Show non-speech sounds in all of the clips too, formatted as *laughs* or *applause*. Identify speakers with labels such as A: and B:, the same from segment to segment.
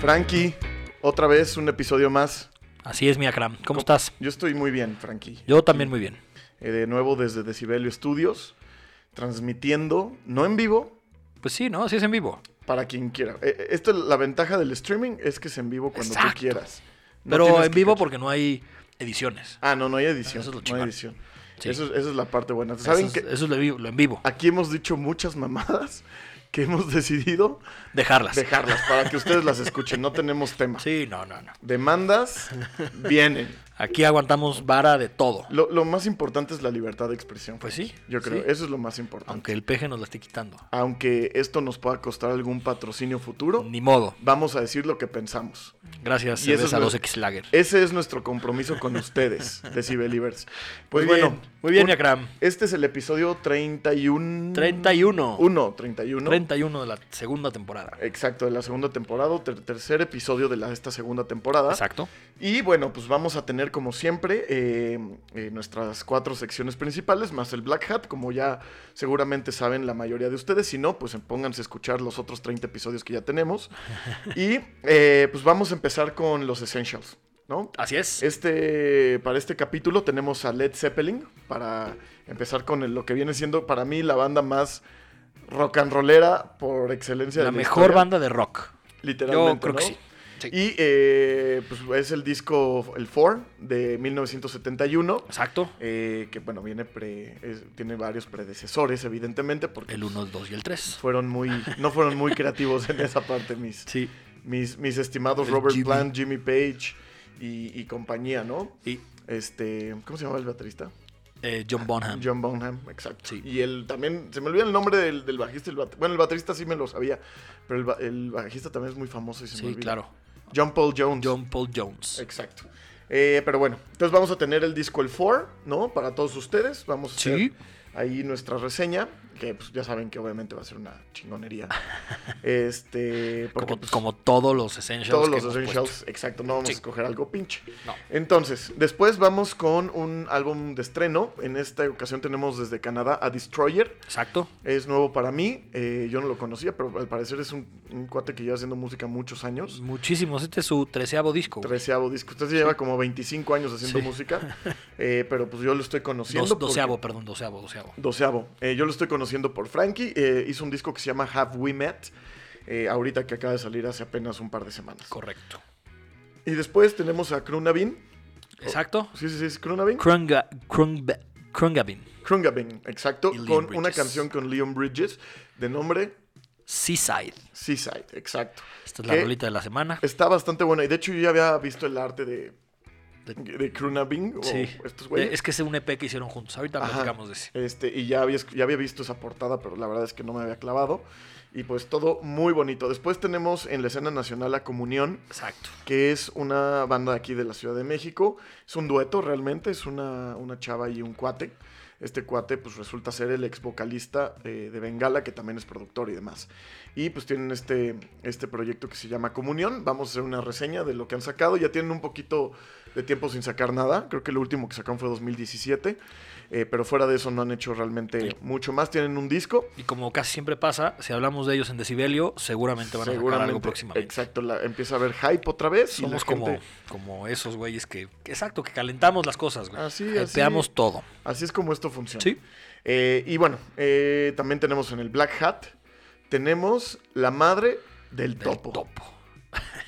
A: Frankie, otra vez un episodio más.
B: Así es, mi Akram. ¿Cómo estás?
A: Yo estoy muy bien, Frankie.
B: Yo también muy bien.
A: Eh, de nuevo desde Decibelio Studios, transmitiendo, no en vivo,
B: Pues sí, ¿no? Así es en vivo.
A: para quien quiera. Eh, esto, la ventaja del streaming es que es en vivo cuando tú
B: Exacto.
A: quieras. No
B: Pero
A: tienes
B: en
A: que
B: vivo
A: cachar-
B: porque no hay ediciones.
A: Ah, no, no hay edición.
B: Eso es lo
A: no hay
B: chingón.
A: edición.
B: Sí.
A: Eso, es- esa es la parte buena. ¿Saben Ah,
B: eso, es,
A: que
B: eso es lo, vi- lo en vivo.
A: aquí hemos dicho muchas mamadas *laughs* que hemos decidido
B: Dejarlas.
A: dejarlas para que ustedes las escuchen? No tenemos tema.
B: Sí, no, no, no.
A: Demandas vienen.
B: Aquí aguantamos vara de todo.
A: Lo, lo más importante es la libertad de expresión.
B: Pues sí,
A: Yo creo,
B: sí.
A: eso es lo más importante.
B: Aunque el peje nos la esté quitando.
A: Aunque esto nos pueda costar algún patrocinio futuro,
B: Ni modo.
A: vamos a decir lo que pensamos.
B: Gracias
A: Y eso
B: cerveza
A: es lo- Eh,
B: 2X Lager.
A: Ese es nuestro compromiso
B: *laughs*
A: con ustedes, de Cibelivers. Pues
B: Muy
A: bueno,
B: bien, muy bien,
A: un-
B: Yakram.
A: Este es el episodio 31.
B: 31.
A: Uno, ¿Eh? 31.
B: 31 de la segunda temporada.
A: Exacto, de la segunda temporada, o ter- tercer episodio de la, esta segunda temporada.
B: Exacto.
A: Y bueno, pues vamos a tener como siempre eh, eh, nuestras cuatro secciones principales, más el Black Hat, como ya seguramente saben la mayoría de ustedes. Si no, pues pónganse a escuchar los otros 30 episodios que ya
B: *laughs*
A: tenemos. Y eh, pues vamos a empezar con los Essentials, ¿no?
B: Así es.
A: Este, para este capítulo tenemos a Led Zeppelin, para empezar con el- lo que viene siendo para mí la banda más rock and rollera por excelencia.
B: la
A: de
B: mejor
A: historia,
B: banda de rock.
A: Literalmente,
B: Yo creo que
A: ¿no?
B: sí. Sí.
A: Y eh, pues es el disco, el 4 de 1971.
B: Exacto.
A: eh, que bueno, viene pre- es- tiene varios predecesores, evidentemente, porque
B: El 1, el 2 y el 3.
A: fueron muy, no fueron muy creativos en esa parte, mis,
B: Sí.
A: mis, mis estimados
B: El
A: Robert
B: Jimmy.
A: Plant, Jimmy Page y, y compañía, ¿no?
B: Y
A: Este, ¿cómo se llamaba el baterista?
B: eh, John Bonham.
A: John Bonham, exacto.
B: Sí.
A: Y él también, se me olvida el nombre del, del bajista. el bate- bueno, el baterista sí me lo sabía, pero el, ba- el bajista también es muy famoso y se me
B: sí,
A: olvida.
B: claro.
A: John Paul Jones.
B: John Paul Jones.
A: Exacto. Eh, pero bueno, entonces vamos a tener el disco el 4, ¿no? Para todos ustedes. Vamos a hacer
B: Sí.
A: ahí nuestra reseña, que pues, ya saben que obviamente va a ser una
B: *laughs*
A: chingonería. este, porque
B: Como,
A: pues,
B: como todos los essentials.
A: todos
B: que
A: los
B: hemos
A: essentials, exacto, no vamos
B: Sí.
A: a escoger algo pinche.
B: No.
A: Entonces, después vamos con un álbum de estreno. En esta ocasión tenemos desde Canadá a Destroyer.
B: puesto. Exacto.
A: Es nuevo para mí, eh, yo no lo conocía, pero al parecer es un, un cuate que lleva haciendo música muchos años.
B: Muchísimos. Este es su treceavo disco. güey.
A: Treceavo disco. Usted ya lleva como 25 años haciendo
B: Sí. *laughs*
A: música, eh, pero pues yo lo estoy conociendo.
B: Dos-
A: porque-
B: doceavo, perdón, doceavo, doceavo.
A: Doceavo. Eh, yo lo estoy conociendo por Frankie. eh, hizo un disco que se llama Have We Met, eh, ahorita que acaba de salir hace apenas un par de semanas.
B: Correcto.
A: Oh. Y después tenemos a Krunabin.
B: Exacto.
A: Sí, sí, sí, es Krunabin.
B: Krunga, Krungbe- Krungabin.
A: Krungabin, exacto.
B: Y
A: Con
B: Leon
A: una
B: Bridges.
A: canción con Leon Bridges de nombre
B: Seaside.
A: Seaside, exacto.
B: Esta es la
A: Que
B: rolita de la semana.
A: Está bastante buena. Y de hecho yo ya había visto el arte de,
B: De-
A: de Krunabin. o
B: sí.
A: oh,
B: Eh,
A: estos güeyes.
B: Es que es un EP que hicieron juntos. Ahorita
A: Ajá.
B: platicamos de ese.
A: Este, y ya había, esc- ya había visto esa portada, pero la verdad es que no me había clavado. Y pues todo muy bonito. Después tenemos en la escena nacional La Comunión,
B: Exacto.
A: que es una banda de aquí de la Ciudad de México. Es un dueto realmente, es una, una chava y un cuate. Este cuate pues resulta ser el ex vocalista eh, de Bengala, que también es productor y demás. Y pues tienen este, este proyecto que se llama Comunión. Vamos a hacer una reseña de lo que han sacado. Ya tienen un poquito de tiempo sin sacar nada. Creo que lo último que sacaron fue 2017. eh, pero fuera de eso no han hecho realmente
B: Sí.
A: mucho más. Tienen un disco.
B: Y como casi siempre pasa, si hablamos de ellos en Decibelio, seguramente van a sacar algo próximamente.
A: Exacto, la- empieza a haber hype otra vez. y la
B: Somos como,
A: gente-
B: como esos güeyes que, que- exacto, que calentamos las cosas, güey.
A: Así, así.
B: Hypeamos todo.
A: Así es como esto funciona.
B: Sí.
A: Eh, y bueno, eh, también tenemos en el Black Hat, tenemos La Madre del,
B: Del
A: Topo.
B: topo.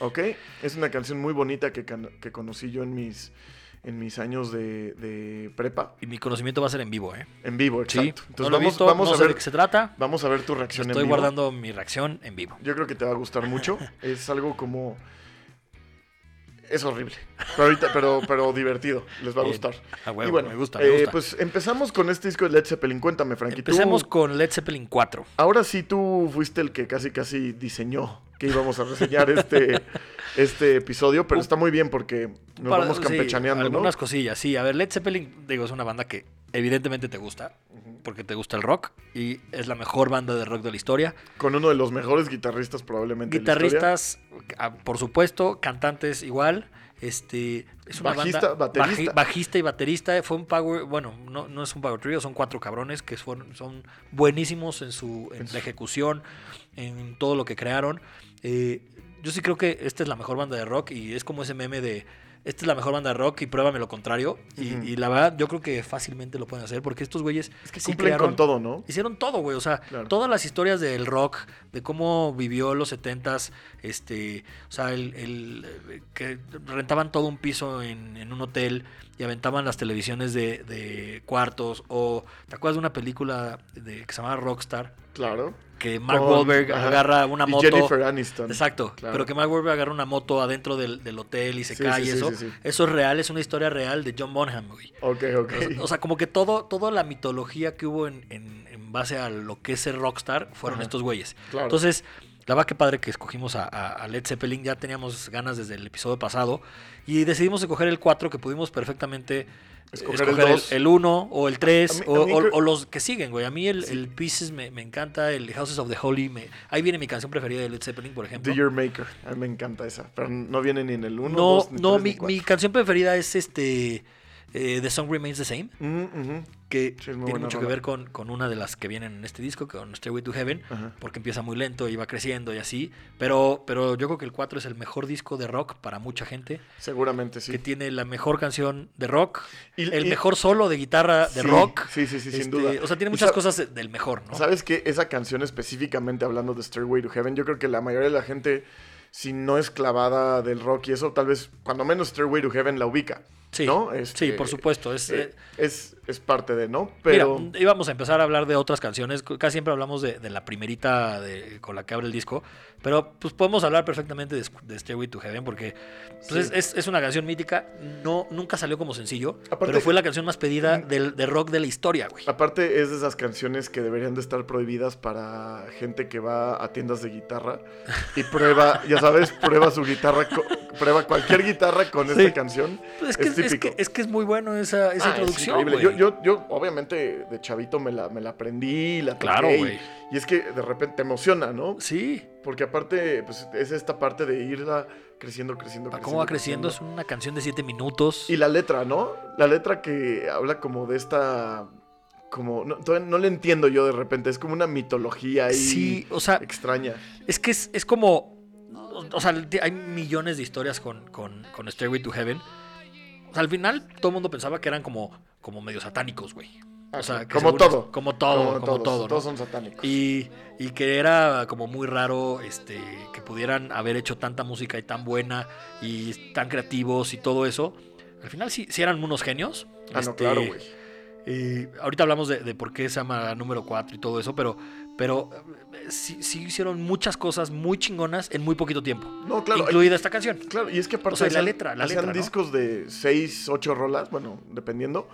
A: ¿Ok? Es una canción muy bonita que, can- que conocí yo en mis, en mis años de, de prepa,
B: Y mi conocimiento va a ser en vivo, ¿eh?
A: en vivo,
B: Sí.
A: exacto.
B: no
A: Entonces
B: lo he
A: vamos,
B: visto,
A: vamos
B: no sé
A: a
B: de
A: ver,
B: qué se trata.
A: vamos a ver tu reacción en
B: Estoy
A: vivo.
B: guardando mi reacción en vivo.
A: Yo creo que te va a gustar mucho.
B: *laughs*
A: Es algo como... Es horrible, pero, ahorita, pero, pero divertido, les va a
B: Bien.
A: gustar.
B: A huevo,
A: y bueno,
B: Ah, me gusta, me
A: eh,
B: gusta.
A: pues empezamos con este disco de Led Zeppelin. Cuéntame, Frankie. ¿tú-
B: Empecemos con Led Zeppelin 4.
A: Ahora sí tú fuiste el que casi casi diseñó que íbamos a reseñar
B: *laughs*
A: este, este episodio, pero está muy bien porque nos
B: Para-
A: vamos
B: sí,
A: campechaneando, ¿no?
B: Algunas cosillas, sí. A ver, Led Zeppelin, digo, es una banda que evidentemente te gusta, porque te gusta el rock, y es la mejor banda de rock de la historia.
A: Con uno de los mejores guitarristas probablemente. de la historia.
B: Guitarristas, ah, por supuesto, cantantes igual. Este, es una
A: Bajista,
B: banda
A: baterista.
B: baji- bajista y baterista. Fue un power, bueno, no, no es un power trio, son cuatro cabrones que fueron, son buenísimos en su en la ejecución, en todo lo que crearon. Eh, yo sí creo que esta es la mejor banda de rock y es como ese meme de esta es la mejor banda de rock y pruébame lo contrario. Y,
A: Ujú.
B: y la verdad, yo creo que fácilmente lo pueden hacer porque estos güeyes
A: Es que
B: sí
A: cumplen
B: crearon-
A: con todo, ¿no?
B: Hicieron todo, güey. O sea,
A: Claro.
B: todas las historias del rock, de cómo vivió los 70s, este, o sea, el, el, eh, que rentaban todo un piso en, en un hotel y aventaban las televisiones de, de cuartos. O, ¿te acuerdas de una película de, que se llamaba Rockstar?
A: Claro.
B: Que Mark
A: Con-
B: Wahlberg
A: Oh, ajá.
B: agarra una
A: Y
B: moto.
A: Jennifer Aniston.
B: Exacto,
A: Claro.
B: pero que Mark Wahlberg agarra una moto adentro del, del hotel y se
A: Sí, sí,
B: cae y
A: sí,
B: eso.
A: sí, sí.
B: Eso es real, es una historia real de John Bonham, güey.
A: Ok, ok.
B: O
A: *laughs*
B: sea- O sea, como que todo, toda la mitología que hubo en, en- en base a lo que es el rockstar fueron
A: Ajá.
B: estos güeyes.
A: Claro.
B: Entonces, la verdad que padre que escogimos a, a- a Led Zeppelin, ya teníamos ganas desde el episodio pasado y decidimos escoger el 4 que pudimos perfectamente eh,
A: Escoger
B: escoger,
A: el dos.
B: el 1 o el 3
A: A mí- a
B: o,
A: mí
B: o-
A: creo-
B: o los que siguen, güey. A mí el,
A: Sí.
B: el Pieces me, me encanta, el Houses of the Holy, me- ahí viene mi canción preferida de Led Zeppelin, por ejemplo.
A: Do Your Maker. A mí me encanta esa. Pero no viene ni en el 1,
B: no,
A: 2, ni
B: no,
A: 3,
B: mi, mi canción preferida es este eh, The Song Remains the Same.
A: Mm,
B: que
A: Sí, es muy
B: tiene
A: buena
B: mucho que
A: rola.
B: ver con, con una de las que vienen en este disco, con Stairway to Heaven,
A: Ajá.
B: porque empieza muy lento y va creciendo y así. Pero, pero yo creo que el 4 es el mejor disco de rock para mucha gente,
A: Seguramente
B: que
A: sí.
B: tiene la mejor canción de rock,
A: Y-
B: el
A: y-
B: mejor solo de guitarra de
A: Sí,
B: rock.
A: sí, sí, sí, sin
B: Este,
A: duda.
B: O sea, tiene
A: Y
B: muchas
A: sab-
B: cosas de- del mejor, ¿no?
A: ¿Sabes qué? Esa canción específicamente hablando de Stairway to Heaven, yo creo que la mayoría de la gente, si no es clavada del rock y eso, tal vez cuando menos Stairway to Heaven la ubica.
B: Sí,
A: ¿no?
B: sí,
A: Este,
B: por supuesto. Es,
A: eh,
B: eh,
A: es, es parte de, ¿no? Pero
B: Mira, mm, íbamos a empezar a hablar de otras canciones. Casi siempre hablamos de, de la primerita de- con la que abre el disco. Pero pues podemos hablar perfectamente de, de Stairway to Heaven porque pues,
A: Sí.
B: es, es- es una canción mítica. No, nunca salió como sencillo.
A: Aparte- Mm.
B: pero fue la canción más pedida del, de rock de la historia, güey.
A: aparte es de esas canciones que deberían de estar prohibidas para gente que va a tiendas de guitarra y prueba, ya sabes, prueba su guitarra, co- prueba cualquier guitarra con
B: Sí.
A: esta canción.
B: Pues, es, que,
A: es
B: es,
A: típico.
B: que, es que es muy bueno esa, esa
A: Ah, es
B: introducción.
A: increíble.
B: güey.
A: Yo, yo, yo, obviamente, de chavito me la, me la aprendí, la toqué
B: Claro,
A: y-
B: güey.
A: Y es que de repente te emociona, ¿no?
B: Sí,
A: Porque aparte, pues es esta parte de irla creciendo, creciendo, creciendo.
B: cómo va creciendo. Es una canción de siete minutos.
A: Y la letra, ¿no? La letra que habla como de esta. Como. No, todavía no le entiendo yo de repente. Es como una mitología ahí
B: sí, o sea,
A: extraña.
B: Es que es, es como. O o sea, ti- hay millones de historias con, con, con Stairway to Heaven. O sea, al final todo el mundo pensaba que eran como, como medio satánicos, güey. O sea, que
A: como
B: según-
A: todo.
B: Como todo, como,
A: todos,
B: todo. ¿no?
A: Todos son satánicos.
B: Y, y que era como muy raro este, que pudieran haber hecho tanta música y tan buena y tan creativos y todo eso. Al final sí, sí eran unos genios.
A: Ah, no,
B: Este,
A: claro, güey.
B: y ahorita hablamos de, de por qué se llama número 4 y todo eso, pero, pero eh, sí, sí hicieron muchas cosas muy chingonas en muy poquito tiempo.
A: No, claro.
B: incluida esta canción.
A: Claro, y es que aparte
B: O sea, y la
A: hacían-
B: letra, la
A: hacían
B: letra, ¿no?
A: discos de 6, 8 rolas, bueno, dependiendo,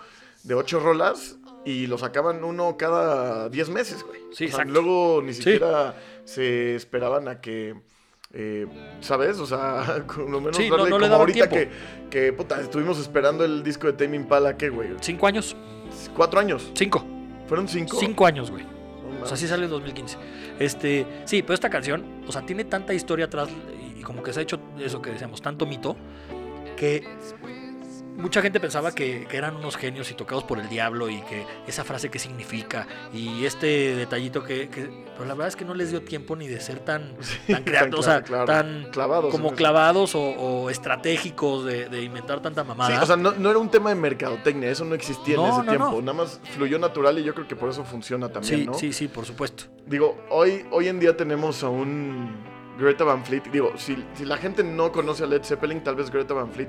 A: de 8 rolas y lo sacaban uno cada 10 meses, güey.
B: Sí,
A: O sea,
B: exacto.
A: luego ni
B: Sí.
A: siquiera se esperaban a que eh, ¿Sabes? O sea, *laughs* con lo menos
B: Sí, no-
A: darle
B: no le
A: como
B: daban
A: ahorita que,
B: tiempo.
A: que, puta, estuvimos esperando el disco de Tame Impala, ¿qué, güey?
B: ¿Cinco años?
A: ¿Cuatro años?
B: Cinco.
A: ¿Fueron cinco?
B: Cinco años, güey.
A: No mames.
B: O
A: *laughs*
B: sea, sí sale en 2015. Este, sí, pero esta canción, o sea, tiene tanta historia atrás y como que se ha hecho eso que decíamos, tanto mito, que mucha gente pensaba que, que eran unos genios y tocados por el diablo y que esa frase que significa y este detallito que, que- Pero la verdad es que no les dio tiempo ni de ser tan, tan creativos, o sea,
A: claro,
B: tan
A: clavados. en
B: como
A: eso.
B: clavados o, o estratégicos de, de inventar tanta mamada.
A: Sí, o sea, no, no era un tema de mercadotecnia, eso no existía
B: No,
A: en ese
B: no,
A: tiempo.
B: no.
A: Nada más fluyó natural y yo creo que por eso funciona también,
B: sí,
A: ¿no?
B: sí, sí, por supuesto.
A: Digo, hoy, hoy en día tenemos a un Greta Van Fleet. Digo, si, si la gente no conoce a Led Zeppelin, tal vez Greta Van Fleet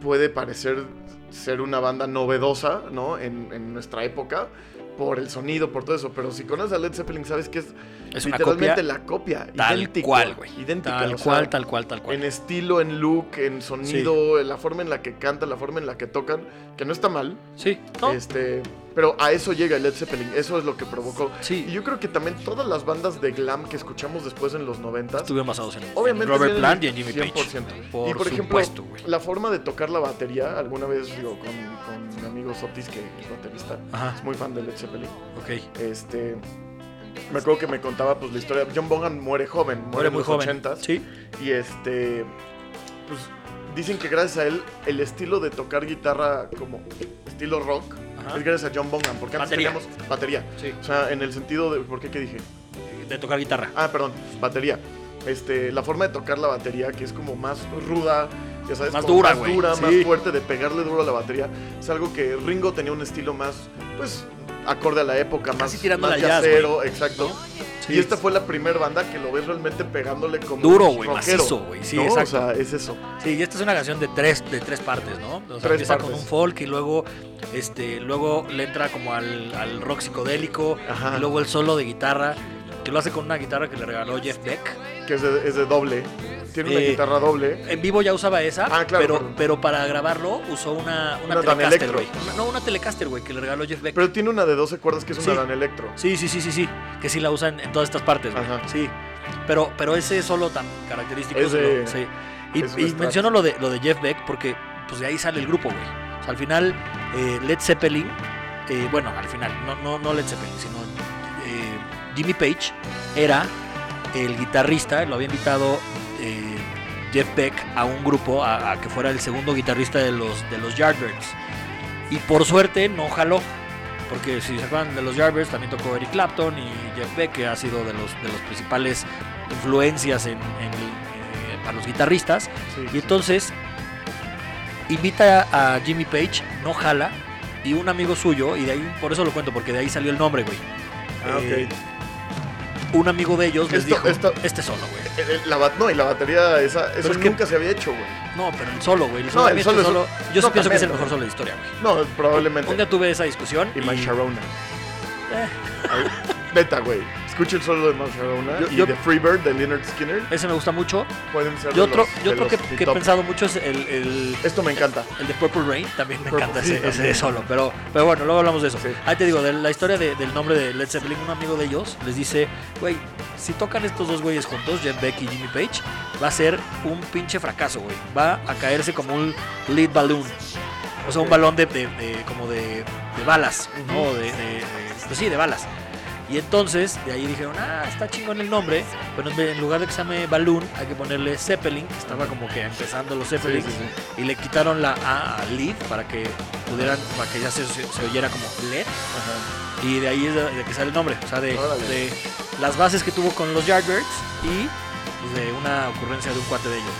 A: puede parecer ser una banda novedosa, ¿no? En, en nuestra época, por el sonido, por todo eso. Pero si conoces a Led Zeppelin, sabes que es,
B: Es una copia
A: literalmente la copia.
B: tal
A: idéntica,
B: cual, güey.
A: Idéntica.
B: tal
A: o sea,
B: cual, tal cual, tal cual.
A: en estilo, en look, en sonido, en la forma en la que canta, la forma en la que tocan, que no está mal.
B: Sí, no,
A: Este, pero a eso llega Led Zeppelin, eso es lo que provocó.
B: Sí.
A: Y yo creo que también todas las bandas de glam que escuchamos después en los 90
B: estuvieron basados en
A: obviamente
B: en Robert
A: vienen
B: Plant y
A: del
B: en Jimmy
A: 100%.
B: Page. Por,
A: y por ejemplo,
B: supuesto, güey.
A: la forma de tocar la batería, alguna vez digo con, con mi amigo Sotis que es baterista, es
B: Ajá,
A: muy fan de Led Zeppelin.
B: ok.
A: Este me acuerdo que me contaba pues la historia, John Bonham muere joven, muere,
B: Muere
A: en
B: muy
A: los
B: joven.
A: 80s.
B: Sí,
A: Y este. Pues dicen que gracias a él, el estilo de tocar guitarra como estilo rock
B: Ajá.
A: es gracias a John Bonham, porque antes
B: Batería.
A: teníamos batería.
B: sí.
A: O sea, en el sentido de. ¿Por qué qué dije?
B: De tocar guitarra.
A: Ah, perdón, batería. este, la forma de tocar la batería, que es como más ruda, ya sabes,
B: Más
A: como
B: dura,
A: más,
B: güey,
A: dura,
B: sí.
A: más fuerte, de pegarle duro a la batería, es algo que Ringo tenía un estilo más, pues, acorde a la época,
B: Casi
A: más,
B: tirándole
A: más
B: al jazz,
A: casero,
B: güey.
A: exacto.
B: Sí.
A: Y esta fue la primera banda que lo ves realmente pegándole como
B: Duro, güey,
A: rockero,
B: macizo, güey, sí,
A: ¿no?
B: exacto.
A: O sea, es eso.
B: Sí, y esta es una canción de tres, de tres partes, ¿no? O sea,
A: Tres
B: empieza con
A: partes.
B: un folk y luego, este, luego le entra como al, al rock psicodélico
A: Ajá.
B: y luego el solo de guitarra, que lo hace con una guitarra que le regaló Jeff Beck.
A: Que es de, es de doble. Tiene una
B: Eh,
A: guitarra doble.
B: En vivo ya usaba esa,
A: Ah, claro,
B: pero,
A: perdón.
B: pero para grabarlo usó una, una,
A: Una Dan
B: Telecaster, güey.
A: Electro.
B: Una- No, una Telecaster, güey, que le regaló Jeff Beck.
A: Pero tiene una de 12 cuerdas que es una
B: Sí.
A: Dan Electro.
B: Sí, sí, sí, sí, sí, que sí la usan en todas estas partes, güey.
A: Ajá.
B: Sí. Pero, pero ese solo tan característico.
A: Ese-
B: se lo- sí. Y,
A: es
B: y
A: nuestra.
B: menciono lo de, lo de Jeff Beck porque pues de ahí sale el grupo, güey. O sea, al final, eh, Led Zeppelin, eh, bueno, al final, no, no, no Led Zeppelin, sino eh, Jimmy Page era el guitarrista, lo había invitado eh, Jeff Beck a un grupo a, a que fuera el segundo guitarrista de los, de los Yardbirds. Y por suerte no jaló, porque si se acuerdan de los Yardbirds también tocó Eric Clapton y Jeff Beck, que ha sido de los, de los principales influencias en, en- eh, para los guitarristas.
A: Sí.
B: Y entonces invita a Jimmy Page, no jala, y un amigo suyo, y de ahí, por eso lo cuento, porque de ahí salió el nombre, güey.
A: Ah, ok.
B: Eh, un amigo de ellos les
A: Esto-
B: dijo,
A: esto-
B: este solo, güey.
A: El- el- Eh, La bat, no, y la batería, esa, eso
B: es que-
A: nunca se había hecho, güey.
B: No, pero el solo, güey. El
A: No,
B: solo,
A: el
B: este
A: solo es-
B: solo- yo sí
A: no,
B: pienso que es el
A: también,
B: mejor
A: güey.
B: solo de la historia, güey.
A: No,
B: Un
A: probablemente.
B: día tuve esa discusión.
A: Y My
B: y-
A: Sharona.
B: Eh.
A: Neta, güey. Escucha el solo de My Sharona
B: Yo-
A: y
B: yo-
A: de Freebird de Leonard Skinner.
B: Ese me gusta mucho.
A: Pueden ser
B: Yo
A: de
B: otro,
A: los-
B: yo
A: de
B: otro que,
A: los
B: que he
A: top.
B: pensado mucho es el, el,
A: Esto me encanta.
B: el de Purple Rain. También me
A: Purple,
B: encanta
A: sí,
B: ese, ese
A: también.
B: solo. Pero, pero bueno, luego hablamos de eso.
A: Sí.
B: Ahí te digo, de la historia de- del nombre de Led Zeppelin, un amigo de ellos les dice, güey, si tocan estos dos güeyes juntos, Jeff Beck y Jimmy Page, va a ser un pinche fracaso, güey. Va a caerse como un lead balloon. O sea, un
A: Ok.
B: balón de, de- de- como de, de balas, ¿no?
A: Ujú.
B: De, de- de- pues sí, de balas. Y entonces, de ahí dijeron, ah, está chingón el nombre, pero en vez- en lugar de que se llame Balloon, hay que ponerle Zeppelin, que estaba como que empezando los
A: Sí,
B: Zeppelin,
A: sí, sí.
B: y le quitaron la A a Lead para que pudieran, para que ya se, se- se oyera como LED,
A: Ajá.
B: y de ahí es de, de que sale el nombre, o sea, de,
A: Órale.
B: de las bases que tuvo con los Yardbirds y pues, de una ocurrencia de un cuate de ellos.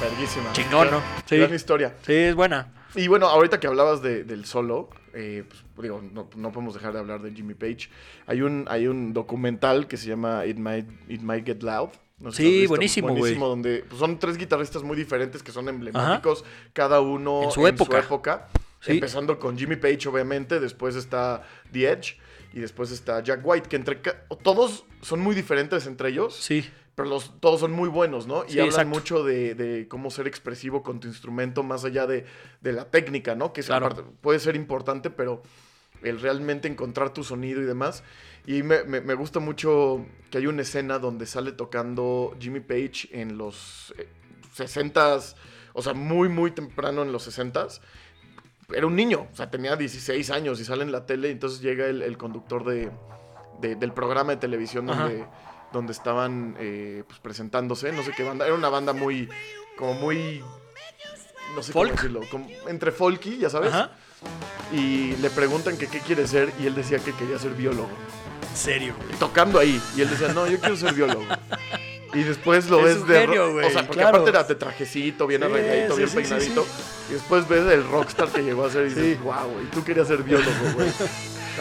A: Verguísima.
B: Chingón, ¿no?
A: Gran-
B: Sí.
A: Gran historia.
B: Sí, es buena.
A: Y bueno, ahorita que hablabas de- del solo, eh, pues, digo, no, no podemos dejar de hablar de Jimmy Page. Hay un, hay un documental que se llama It Might, It Might Get Loud. No sé si
B: Sí,
A: lo has visto.
B: buenísimo, güey.
A: Buenísimo, donde pues, son tres guitarristas muy diferentes que son emblemáticos, cada uno
B: En su época.
A: época.
B: Sí.
A: Empezando con Jimmy Page, obviamente, después está The Edge y después está Jack White, que entre ca- todos son muy diferentes entre ellos.
B: Sí.
A: Pero los, todos son muy buenos, ¿no? Y
B: Sí,
A: hablan
B: exacto.
A: mucho de, de cómo ser expresivo con tu instrumento, más allá de, de la técnica, ¿no? Que es
B: Claro.
A: aparte- puede ser importante, pero el realmente encontrar tu sonido y demás. Y me, me- me gusta mucho que hay una escena donde sale tocando Jimmy Page en los eh, 60s, o sea, muy, muy temprano en los 60s. Era un niño, o sea, tenía 16 años y sale en la tele, y entonces llega el, el conductor de, de- del programa de televisión
B: Ajá.
A: donde, donde estaban eh, pues, presentándose, no sé qué banda, era una banda muy, como muy, no sé
B: Folk.
A: cómo decirlo, como- entre folky, ya sabes,
B: Ajá.
A: y le preguntan que qué quiere ser y él decía que quería ser biólogo,
B: En serio, güey.
A: tocando ahí, y él decía, no, yo quiero ser biólogo. Y después lo
B: Es
A: ves
B: un
A: de... ro-
B: genio,
A: o
B: güey,
A: sea, porque
B: claro.
A: aparte era de trajecito, bien
B: Sí,
A: arregladito,
B: sí,
A: bien
B: sí, sí,
A: peinadito.
B: sí.
A: Y después ves el rockstar que llegó a ser y dices, wow, y tú querías ser biólogo,
B: *laughs*
A: güey. Está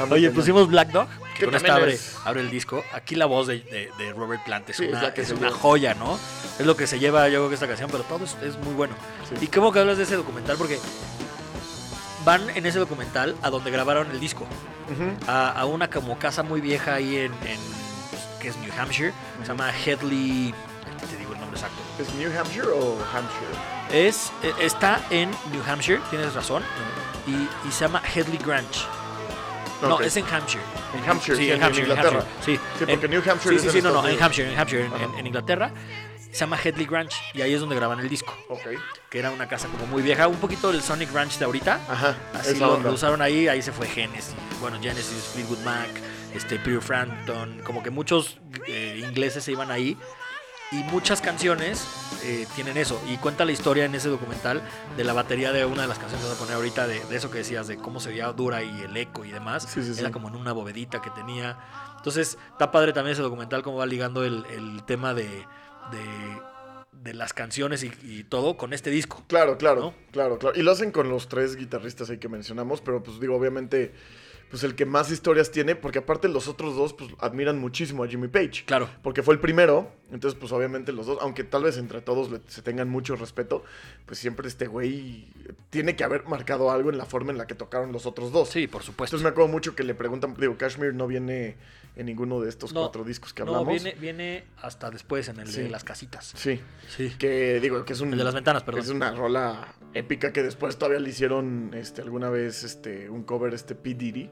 A: muy
B: Oye,
A: cañón.
B: pusimos Black Dog, que
A: Que
B: con esta
A: también
B: abre,
A: es-
B: abre el disco. Aquí la voz de, de- de Robert Plant es,
A: Sí, es
B: una,
A: la que
B: es
A: se
B: una
A: lleva.
B: joya, ¿no? Es lo que se lleva, yo creo que esta canción, pero todo es, es muy bueno.
A: Sí.
B: Y cómo que hablas de ese documental, porque van en ese documental a donde grabaron el disco,
A: Ujú.
B: a, a una como casa muy vieja ahí en, en, pues, que es New Hampshire, se llama Headley, ahorita te digo el nombre exacto.
A: ¿Es New Hampshire o Hampshire?
B: Es, eh, está en New Hampshire, tienes razón, y, y se llama Headley Grange. No,
A: Ok.
B: es en Hampshire.
A: En Hampshire,
B: sí,
A: sí,
B: en
A: en
B: Hampshire, en
A: Inglaterra.
B: Hampshire, Sí,
A: Sí,
B: En-
A: porque New Hampshire
B: Sí,
A: es
B: sí,
A: en
B: sí, no, no,
A: Estados
B: en
A: Unidos.
B: Hampshire, en Hampshire, en, en- en Inglaterra. Se llama Headley Ranch y ahí es donde graban el disco,
A: Ok.
B: que era una casa como muy vieja, un poquito del Sonic Ranch de ahorita.
A: Ajá,
B: Así
A: esa
B: lo,
A: onda.
B: lo usaron ahí, ahí se fue Genesis, bueno, Genesis, Fleetwood Mac, este, Peter Frampton, como que muchos eh, ingleses se iban ahí y muchas canciones eh, tienen eso. Y cuenta la historia en ese documental de la batería de una de las canciones que vas a poner ahorita, de, de eso que decías, de cómo se veía dura y el eco y demás.
A: Sí, sí, sí.
B: Era como en una bovedita que tenía. Entonces, está padre también ese documental, cómo va ligando el, el tema de, de, de las canciones y, y todo con este disco.
A: Claro, claro,
B: ¿No?
A: claro, claro. Y lo hacen con los tres guitarristas ahí que mencionamos, pero pues digo, obviamente, pues el que más historias tiene, porque aparte los otros dos, pues admiran muchísimo a Jimmy Page.
B: Claro.
A: Porque fue el primero, entonces pues obviamente los dos, aunque tal vez entre todos le- se tengan mucho respeto, pues siempre este güey tiene que haber marcado algo en la forma en la que tocaron los otros dos.
B: Sí, por supuesto.
A: Entonces me acuerdo mucho que le preguntan, digo, Kashmir no viene en ninguno de estos
B: No,
A: cuatro discos que
B: no,
A: hablamos.
B: viene, viene hasta después en el
A: Sí.
B: de las casitas.
A: Sí,
B: Sí.
A: que digo que es un
B: El de las ventanas, perdón.
A: es una rola épica que después todavía le hicieron este alguna vez este un cover este P Diddy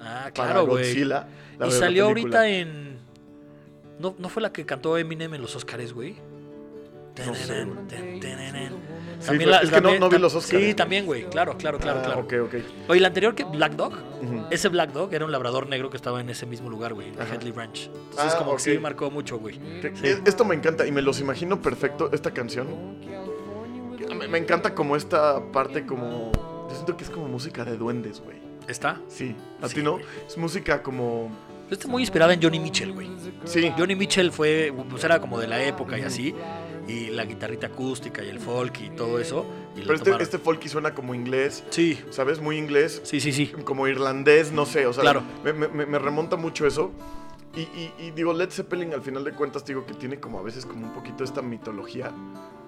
B: Ah,
A: para
B: claro, güey.
A: Godzilla la
B: Y
A: de la
B: salió
A: película.
B: ahorita en. ¿No, ¿No fue la que cantó Eminem en los Oscars, güey?
A: No sé, güey.
B: Ten, ten, ten, ten.
A: Sí, fue-
B: También la-
A: es que no,
B: también-
A: no vi
B: tam-
A: los Oscars.
B: Sí, también, güey. Claro, claro, claro,
A: Ah,
B: claro.
A: Ok, ok.
B: Oye, la anterior que Black Dog,
A: Ujú.
B: ese Black Dog era un labrador negro que estaba en ese mismo lugar, güey, en
A: Ajá.
B: Headley Ranch. Entonces,
A: Ah,
B: como
A: ok.
B: que sí marcó mucho, güey.
A: Que-
B: Sí.
A: e- Esto me encanta y me los imagino perfecto, esta canción. Me, me encanta como esta parte como... Yo siento que es como música de duendes, güey.
B: ¿Está?
A: Sí, a
B: Sí,
A: ti no.
B: güey.
A: Es música como...
B: Está muy inspirada en Johnny Mitchell, güey.
A: Sí,
B: Johnny Mitchell fue, pues era como de la época y así, y la guitarrita acústica y el folk y todo eso. Y
A: pero
B: lo
A: este,
B: tomaron.
A: este folky suena como inglés,
B: Sí,
A: ¿sabes? Muy inglés.
B: sí, sí, sí.
A: como irlandés, no sé, o sea,
B: Claro.
A: me, me- me- me remonta mucho eso. Y, y- y digo, Led Zeppelin al final de cuentas digo que tiene como a veces como un poquito esta mitología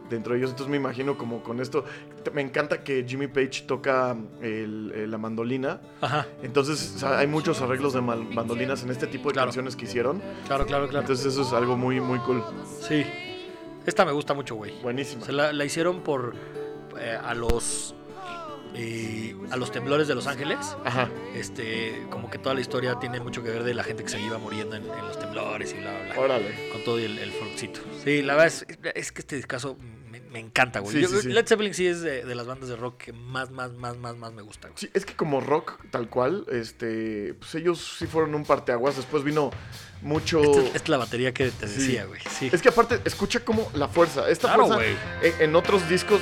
A: dentro de ellos, entonces me imagino como con esto, te- me encanta que Jimmy Page toca el- eh, la mandolina,
B: Ajá,
A: entonces o sea, hay muchos arreglos de mal- mandolinas en este tipo de
B: Claro.
A: canciones que hicieron,
B: claro, claro, claro.
A: entonces eso es algo muy, muy cool,
B: Sí. Esta me gusta mucho, güey.
A: buenísimo.
B: Se la, la hicieron por eh, a los eh, a los temblores de Los Ángeles.
A: Ajá,
B: Este, como que toda la historia tiene mucho que ver de la gente que se iba muriendo en, en los temblores y bla bla bla.
A: órale.
B: Con todo y el, el folkcito. Sí, la verdad es, es que este caso me, me encanta, güey.
A: Sí,
B: Yo-
A: sí, sí.
B: Led Zeppelin sí es de, de las bandas de rock que más, más, más, más, más me gusta, güey.
A: Sí, es que como rock tal cual, este, pues ellos sí fueron un parteaguas, después vino mucho...
B: Esta, esta Este es la batería que te
A: Sí.
B: decía, güey. Sí.
A: Es que aparte, escucha como la fuerza. Esta
B: Claro,
A: fuerza eh,
B: güey.
A: en, en otros discos,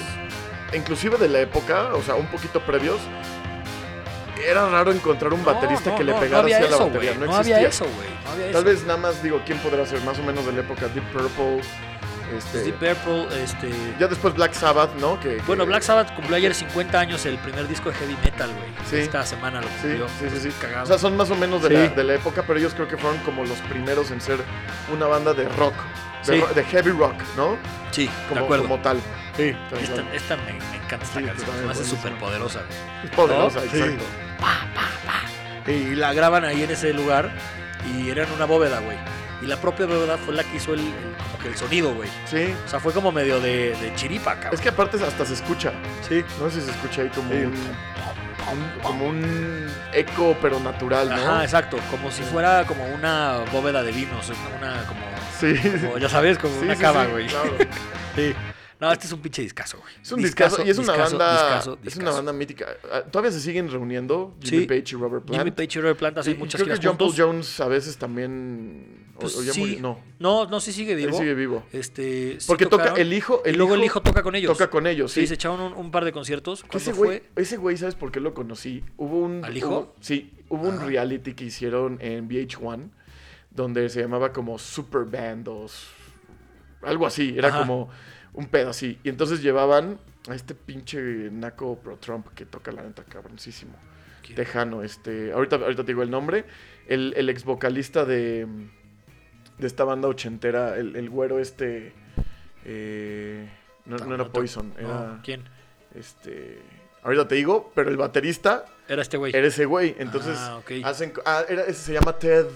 A: inclusive de la época, o sea, un poquito previos, era raro encontrar un baterista
B: No, no,
A: que le
B: no,
A: pegara
B: no había
A: hacia
B: eso,
A: la batería.
B: güey.
A: No,
B: No,
A: existía.
B: había eso, güey. No había
A: Tal
B: eso.
A: vez nada más digo, ¿quién podrá ser? Más o menos de la época Deep Purple. Este,
B: Pues Deep Purple, este.
A: Ya después Black Sabbath, ¿no? Que, que-
B: Bueno, Black Sabbath cumplió ayer 50 años el primer disco de heavy metal, güey.
A: Sí.
B: Esta semana lo
A: Sí,
B: cumplió.
A: sí, sí, sí.
B: Cagado.
A: O sea, son más o menos de, la,
B: Sí.
A: de la época, pero ellos creo que fueron como los primeros en ser una banda de rock, de,
B: Sí.
A: ro- de heavy rock, ¿no?
B: sí, de
A: Como,
B: acuerdo.
A: como tal. Sí,
B: Esta, esta me, me encanta esta
A: Sí,
B: canción.
A: también,
B: Me hace
A: buenísima.
B: súper poderosa.
A: Es poderosa,
B: ¿No? Sí.
A: exacto.
B: Y la graban ahí en ese lugar y era en una bóveda, güey. Y la propia bóveda fue la que hizo el, el- como que el sonido, güey.
A: Sí,
B: O sea, fue como medio de, de chiripa, cabrón.
A: es que aparte hasta se escucha.
B: sí.
A: No sé si se escucha ahí como,
B: Sí.
A: un, un- como un eco, pero natural, ¿no?
B: Ajá, exacto. Como si fuera como una bóveda de vinos. Una como,
A: Sí.
B: como, ya sabes, como
A: Sí,
B: una
A: sí,
B: cava,
A: sí,
B: güey.
A: claro.
B: Sí. No, este es un pinche discazo, güey.
A: Es un discazo, y es una
B: discazo,
A: banda.
B: discazo,
A: Es una
B: discazo.
A: banda mítica. Ah, Todavía se siguen reuniendo Jimmy
B: Sí.
A: Page y Robert Plant.
B: Jimmy Page y Robert Plant hacen
A: Y
B: muchas
A: creo que
B: giras
A: John Paul
B: juntos.
A: Jones a veces también. o-
B: Pues
A: o ya
B: sí.
A: murió. No,
B: No, no, sí sigue
A: él
B: vivo.
A: sigue vivo.
B: Este, sí
A: Porque toca
B: tocaron,
A: el hijo.
B: y
A: El
B: luego
A: hijo
B: el hijo toca con ellos.
A: Toca con ellos,
B: sí.
A: sí.
B: se echaron un, un par de conciertos.
A: Que ese
B: ¿Cuándo
A: güey,
B: fue?
A: ese güey, ¿sabes por qué lo conocí? Hubo un.
B: ¿Al hijo?
A: hubo- sí, hubo un reality que hicieron en VH1 donde se llamaba como Super Band o s- algo así. Era
B: Ajá.
A: como un pedo así. Y entonces llevaban a este pinche naco pro Trump que toca la neta cabroncísimo.
B: ¿Quién?
A: Tejano, este. Ahorita, ahorita te digo el nombre. El, el ex vocalista de. de esta banda ochentera, el, el güero este. eh, no, no era
B: No,
A: Poison,
B: no,
A: era.
B: ¿Quién?
A: Este. Ahorita te digo, pero el baterista
B: Era este güey.
A: era ese güey. Entonces
B: Ah, ok.
A: hacen. Ah, era- ese se llama Ted.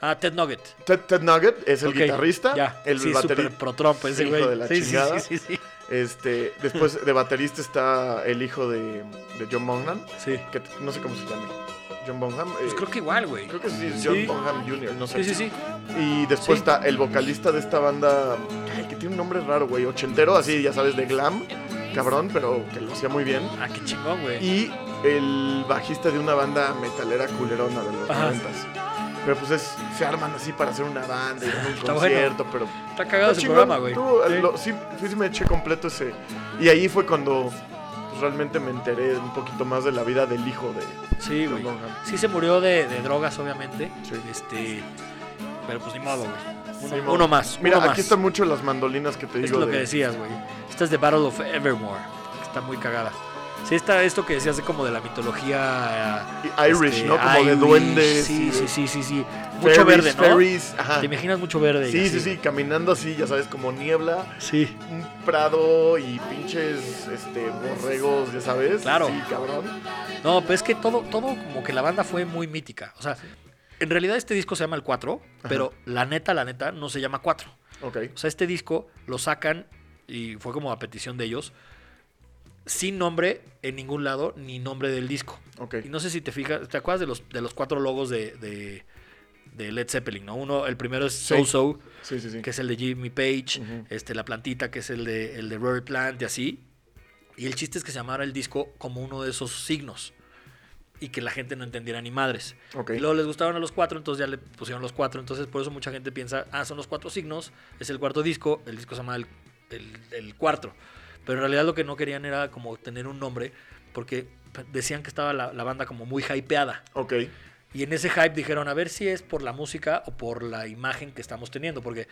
B: Ah, Ted Nugget.
A: Ted, Ted Nugget es el
B: Ok,
A: guitarrista.
B: Ya.
A: El
B: sí,
A: bateri-
B: súper pro Trump ese
A: Hijo
B: güey.
A: de la
B: sí, sí,
A: chingada.
B: sí, sí, sí.
A: Este. Después de baterista está el hijo de, de John Bonham.
B: Sí.
A: Que t- no sé cómo se llama. John Bonham. eh,
B: Pues creo que igual, güey.
A: creo que sí es John
B: Sí.
A: Bonham Jr. No sé.
B: Sí, sí, sí.
A: Y después
B: Sí.
A: está el vocalista de esta banda. ay, que tiene un nombre raro, güey. Ochentero, así, ya sabes, de glam. Cabrón, pero que lo hacía muy bien.
B: Ah, qué chingón, güey.
A: y el bajista de una banda metalera culerona de los
B: Ajá.
A: noventas. Pero pues es, se arman así para hacer una banda y dan un
B: Está
A: concierto, pero...
B: Está cagado
A: Está
B: su
A: chingón.
B: programa, güey.
A: Tú,
B: Sí.
A: lo- sí, sí, sí me eché completo ese. Y ahí fue cuando pues, realmente me enteré un poquito más de la vida del hijo de...
B: Sí, güey.
A: Bonham.
B: Sí se murió de, de drogas, obviamente.
A: Sí.
B: Este, pero pues ni modo, güey.
A: Ni modo.
B: Uno más.
A: Mira,
B: uno
A: aquí
B: más.
A: están mucho las mandolinas que te
B: Es
A: digo.
B: lo que
A: de-
B: decías, güey. Esta es de Battle of Evermore. que Está muy cagada. Sí, está esto que decías de como de la mitología.
A: Y Irish,
B: este,
A: ¿no? Como de
B: Irish,
A: duendes. y
B: Sí,
A: de
B: sí, sí, sí, sí.
A: fairies,
B: Mucho verde, ¿no?
A: fairies, ajá.
B: ¿Te imaginas mucho verde? y
A: Sí,
B: así?
A: sí, sí, caminando así, ya sabes, como niebla,
B: Sí.
A: un prado y pinches este, borregos, ya sabes.
B: Claro.
A: Sí, cabrón.
B: No, pero es que todo, todo como que la banda fue muy mítica. O sea, en realidad este disco se llama el 4, pero la neta, la neta, no se llama 4.
A: Ok.
B: O sea, este disco lo sacan y fue como a petición de ellos, sin nombre en ningún lado, ni nombre del disco.
A: Ok.
B: Y no sé si te fijas, ¿te acuerdas de los, de los cuatro logos de, de- de Led Zeppelin? ¿no? Uno, el primero es So
A: Sí.
B: So,
A: Sí, sí, sí.
B: que es el de Jimmy Page,
A: Ujú.
B: este, la plantita, que es el de, el de Rory Plant y así. Y el chiste es que se llamara el disco como uno de esos signos y que la gente no entendiera ni madres.
A: Ok.
B: Y luego les gustaron a los cuatro, entonces ya le pusieron los cuatro. Entonces por eso mucha gente piensa, ah, son los cuatro signos, es el cuarto disco, el disco se llama el, el, el cuarto. Pero en realidad lo que no querían era como tener un nombre, porque decían que estaba la, la banda como muy hypeada.
A: Ok.
B: Y en ese hype dijeron, a ver si es por la música o por la imagen que estamos teniendo. Porque,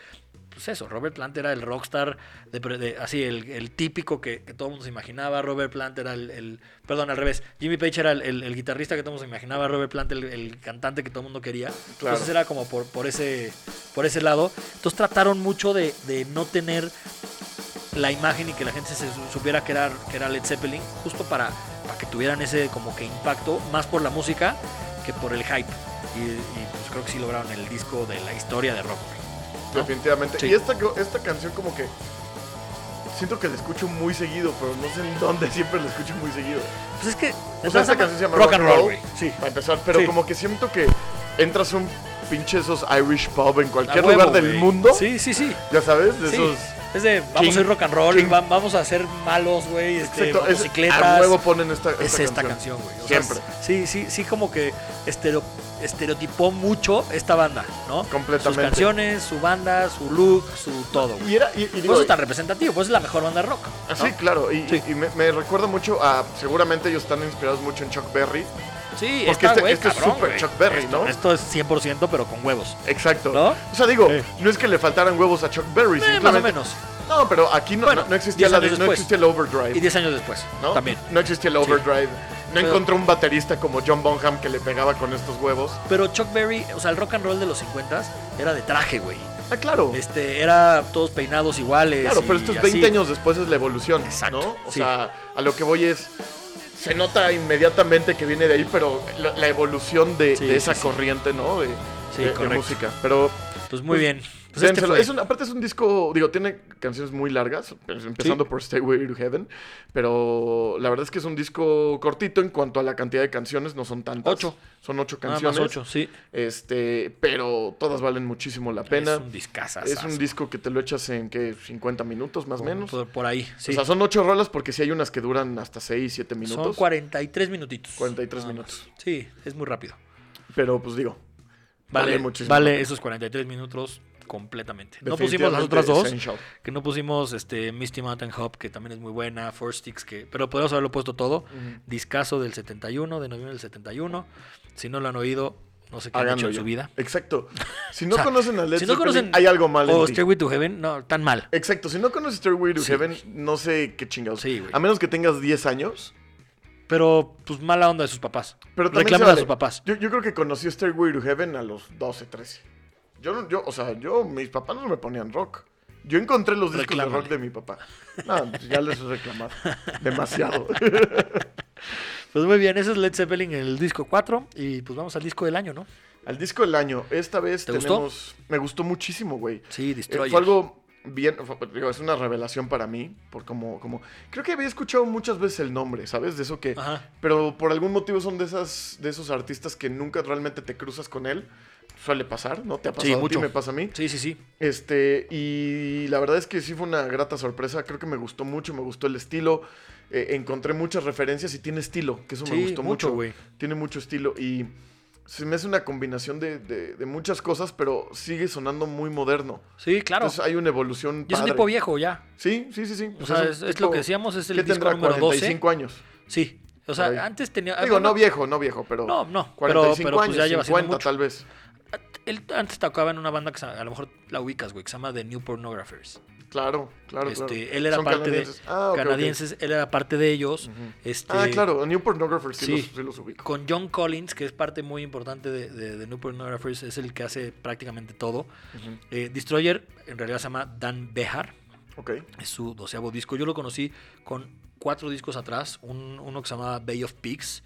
B: pues eso, Robert Plant era el rockstar, de, pre- de- así, el, el típico que, que todo el mundo se imaginaba. Robert Plant era el... el- perdón, al revés. Jimmy Page era el, el- el guitarrista que todo el mundo se imaginaba. Robert Plant, el, el cantante que todo el mundo quería.
A: Claro.
B: Entonces era como por, por, ese, por ese lado. Entonces trataron mucho de, de no tener la imagen y que la gente se su- supiera que era, que era Led Zeppelin, justo para, para que tuvieran ese como que impacto, más por la música que por el hype. Y, y, pues creo que sí lograron el disco de la historia de rock. ¿no?
A: Definitivamente.
B: Sí.
A: Y esta, esta canción como que... Siento que la escucho muy seguido, pero no sé en dónde siempre la escucho muy seguido.
B: Pues es que...
A: O sea, esta canción se llama
B: Rock and Roll, güey. Sí.
A: Para empezar, pero
B: Sí.
A: como que siento que entras a un pinche esos Irish pub en
B: A
A: cualquier
B: huevo,
A: lugar del
B: güey.
A: mundo.
B: Sí, sí, sí.
A: Ya sabes, de
B: Sí.
A: esos...
B: Es de, vamos
A: King-
B: a ir rock and roll,
A: King-
B: va- vamos a ser malos, güey, este,
A: Exacto, es-
B: motocicletas.
A: a huevo ponen esta,
B: es esta canción, güey. O sea,
A: Siempre.
B: sí, sí, sí, como que estereo- estereotipó mucho esta banda, ¿no? Sus
A: Completamente.
B: canciones, su banda, su look, su todo, güey.
A: Y era... Y, y
B: Por
A: digo,
B: eso es tan representativo, pues es la mejor banda de rock.
A: Ah,
B: ¿no?
A: Sí, claro, y,
B: Sí.
A: y me, me recuerda mucho a. Seguramente ellos están inspirados mucho en Chuck Berry.
B: Sí,
A: Porque
B: está,
A: este-
B: güey,
A: este es
B: cabrón,
A: súper
B: güey.
A: Chuck Berry,
B: Esto-
A: ¿no?
B: Esto es 100% pero con huevos.
A: Exacto.
B: ¿No?
A: O sea, digo,
B: Sí.
A: no es que le faltaran huevos a Chuck Berry,
B: Eh, más o
A: simplemente-
B: menos.
A: No, pero aquí no,
B: Bueno,
A: no- no existía,
B: 10
A: la-
B: años
A: no
B: después.
A: existía el overdrive.
B: Y 10 años después,
A: ¿no?
B: también.
A: No existía el overdrive. No
B: Pero-
A: encontró un baterista como John Bonham que le pegaba con estos huevos.
B: Pero Chuck Berry, o sea, el rock and roll de los 50s era de traje, güey.
A: Ah, claro.
B: Este, era todos peinados iguales.
A: Claro,
B: y
A: pero estos
B: así.
A: 20 años después es la evolución,
B: Exacto,
A: ¿no? O
B: sí.
A: sea, a lo que voy es, se nota inmediatamente que viene de ahí, pero la, la evolución de,
B: Sí,
A: de esa
B: sí, sí.
A: corriente, ¿no? De,
B: Sí,
A: de- de
B: correcto.
A: música. Pero
B: Pues muy bien. Pues este
A: dénselo.
B: fue.
A: es un- aparte es un disco, digo, tiene canciones muy largas, pues, empezando por Stay Way to Heaven, pero la verdad es que es un disco cortito en cuanto a la cantidad de canciones, no son tantas.
B: Ocho.
A: Son ocho
B: Nada
A: canciones.
B: más 8, sí.
A: Este, pero todas valen muchísimo la pena.
B: Es un discazo.
A: Es un disco que te lo echas en que 50 minutos más o menos.
B: Por, por ahí, sí.
A: O sea, son 8 rolas porque si hay unas que duran hasta 6, 7 minutos.
B: Son 43 minutitos.
A: 43
B: Nada
A: minutos.
B: más. Sí, es muy rápido.
A: Pero pues digo,
B: Vale,
A: Vale
B: vale,
A: muchísimo.
B: esos 43 minutos completamente. No pusimos las otras
A: definitivamente
B: dos,
A: essential.
B: que no pusimos este Misty Mountain Hop, que también es muy buena, Four Sticks, que, pero podríamos haberlo puesto todo.
A: Ujú.
B: Discaso del 71, de noviembre del 71. Si no lo han oído, no sé qué han
A: Háganlo
B: hecho en
A: ya.
B: su vida. *laughs*
A: Exacto. Si no
B: O sea,
A: conocen a Led
B: si no
A: Zeppelin,
B: conocen-
A: hay algo mal
B: O
A: en ti. Eh.
B: Stairway to Heaven, no, tan mal.
A: Exacto, si no conoces Stairway to
B: Sí,
A: Heaven, no sé qué chingados.
B: Sí, güey.
A: a menos que tengas 10 años.
B: Pero, pues, mala onda de sus papás.
A: Pero también
B: Reclamen
A: se
B: a
A: vale.
B: sus papás.
A: Yo, yo creo que conocí Stairway to Heaven a los 12, 13. Yo, no- yo, o sea, yo, mis papás no me ponían rock. Yo encontré los discos de
B: Reclámale.
A: rock de mi papá. No, pues ya les he
B: *laughs*
A: reclamado. Demasiado. *laughs*
B: Pues muy bien, ese es Led Zeppelin, el disco 4. Y pues vamos al disco del año, ¿no?
A: Al disco del año, esta vez
B: ¿Te gustó?
A: tenemos. Me gustó muchísimo, güey.
B: Sí,
A: Eh,
B: Destroyer.
A: fue algo bien. fue- digo, es una revelación para mí. Por como, como. Creo que había escuchado muchas veces el nombre, ¿sabes? De eso que.
B: Ajá.
A: Pero por algún motivo son de esas, de esos artistas que nunca realmente te cruzas con él. Suele pasar, ¿no? Te ha
B: Sí,
A: pasado a ti,
B: mucho.
A: me pasa a mí.
B: Sí, sí, sí.
A: Este, y la verdad es que sí fue una grata sorpresa. Creo que me gustó mucho, me gustó el estilo. Eh, encontré muchas referencias y tiene estilo, que eso
B: Sí,
A: me gustó
B: mucho,
A: mucho.
B: güey.
A: Tiene mucho estilo y se me hace una combinación de, de- de muchas cosas, pero sigue sonando muy moderno.
B: Sí, claro.
A: Entonces hay una evolución.
B: Y es un
A: padre.
B: tipo viejo ya.
A: Sí, sí, sí, sí.
B: O
A: Pues
B: sea,
A: un
B: es, es
A: tipo
B: lo que decíamos, es el
A: que
B: disco
A: tendrá
B: número
A: 45 años.
B: años. Sí. O sea,
A: Por ahí.
B: antes tenía.
A: Digo,
B: bueno,
A: no viejo, no viejo, pero.
B: No, no, pero-
A: 45
B: pero pues
A: años,
B: ya lleva haciendo
A: 50
B: mucho.
A: tal vez.
B: él antes tocaba en una banda que se- a lo mejor la ubicas, güey, que se llama The New Pornographers.
A: Claro, claro,
B: este,
A: claro.
B: Él era
A: Son
B: parte
A: canadienses.
B: de
A: Ah, ok, ok.
B: canadienses, él era parte de ellos.
A: Ujú.
B: este,
A: Ah, claro, New Pornographers sí,
B: sí.
A: Los, sí los ubico.
B: Con John Collins, que es parte muy importante de, de, de New Pornographers, es el que hace prácticamente todo.
A: Ujú.
B: Eh, Destroyer en realidad se llama Dan Behar,
A: Ok,
B: es su doceavo disco. Yo lo conocí con cuatro discos atrás, un- uno que se llama Bay of Pigs.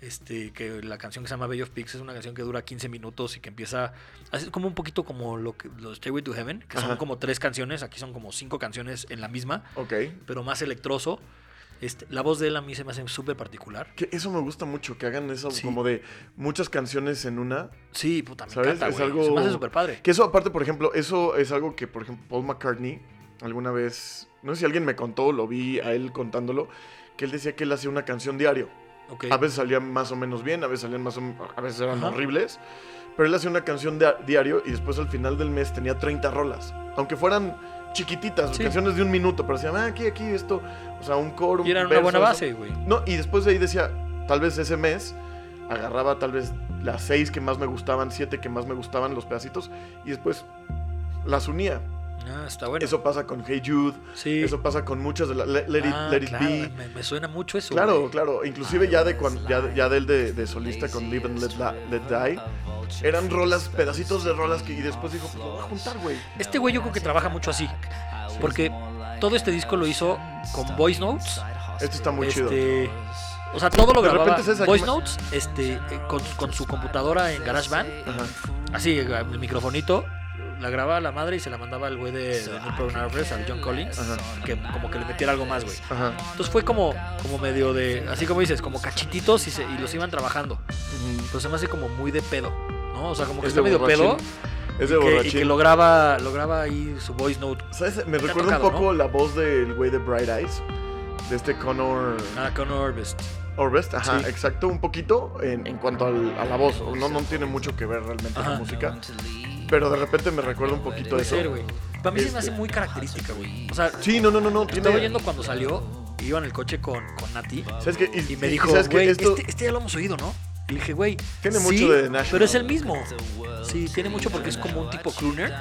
B: Este, que la canción que se llama Bay of Pigs es una canción que dura 15 minutos y que empieza así como un poquito como lo que los Stairway to Heaven, que son
A: Ajá.
B: como tres canciones, aquí son como cinco canciones en la misma,
A: ok.
B: pero más electroso. Este, la voz de él a mí se me hace súper particular.
A: Que eso me gusta mucho, que hagan eso
B: Sí.
A: como de muchas canciones en una.
B: Sí, puta, me
A: ¿Sabes?
B: encanta,
A: Es
B: güey.
A: algo-
B: Se me hace súper padre.
A: Que eso, aparte, por ejemplo, eso es algo que, por ejemplo, Paul McCartney alguna vez, no sé si alguien me contó, lo vi a él contándolo, que él decía que él hacía una canción diario.
B: Ok.
A: A veces salían más o menos bien, a veces salían más o men- a veces eran
B: Ajá.
A: horribles. Pero él hacía una canción de- diario y después al final del mes tenía 30 rolas. Aunque fueran chiquititas,
B: Sí.
A: canciones de un minuto, pero decían, ah, aquí, aquí, esto. O sea, un coro.
B: Y era
A: un
B: una
A: verso,
B: buena
A: eso.
B: base, güey.
A: No, y después de ahí decía, tal vez ese mes agarraba tal vez las seis que más me gustaban, siete que más me gustaban, los pedacitos, y después las unía.
B: Ah, está bueno.
A: Eso pasa con Hey Jude,
B: sí.
A: eso pasa con muchas de las... Let, Let
B: Ah,
A: It, Let It
B: claro,
A: Be.
B: Me, me suena mucho eso.
A: Claro,
B: güey.
A: claro. Inclusive ya de cuan- ya, ya del de, de solista con Live and Let, La- Let Die. Eran rolas, pedacitos de rolas que y después dijo, pues lo voy a juntar, güey.
B: Este güey yo creo que trabaja mucho así. Porque todo este disco lo hizo con voice notes.
A: Esto está muy chido.
B: este, O sea, todo lo
A: De
B: grababa
A: repente es esa que
B: voice
A: me-
B: notes este, eh, con, con su computadora en GarageBand.
A: Ajá.
B: Así, eh, el microfonito. La grababa a la madre y se la mandaba al güey de, de Neil Peart Records, al John Collins.
A: Ajá.
B: Que como que le metiera algo más, güey.
A: Ajá.
B: Entonces fue como, como medio de, así como dices, como cachetitos y, se- y los iban trabajando.
A: Ujú.
B: Pero se me hace como muy de pedo, ¿no? O sea, como que
A: Es
B: está
A: de
B: medio pedo
A: borrachín. Es de
B: y que, y
A: borrachín.
B: que lograba, lograba ahí su voice note.
A: ¿Sabes? Me
B: Te ha
A: recuerda un
B: tocado,
A: poco la voz del güey de Bright Eyes, de este Connor
B: Ah, Conor Best.
A: Orbest. Ajá,
B: Sí.
A: exacto, un poquito en, en cuanto al- a la voz. No, no tiene mucho que ver realmente la
B: Ajá.
A: música, pero de repente me recuerda un poquito
B: Puede
A: eso.
B: ser, güey. Para mí se me hace muy característica, güey. O sea,
A: Sí, no, no, no, no.
B: estaba
A: Tiene,
B: oyendo cuando salió, y iba en el coche con, con Nati
A: ¿Sabes qué?
B: y me dijo,
A: ¿sabes qué?
B: güey,
A: Esto-
B: este, este ya lo hemos oído, ¿no? Y le dije, güey,
A: Tiene
B: sí,
A: mucho de The National.
B: pero es el mismo. Sí, tiene mucho porque es como un tipo crooner,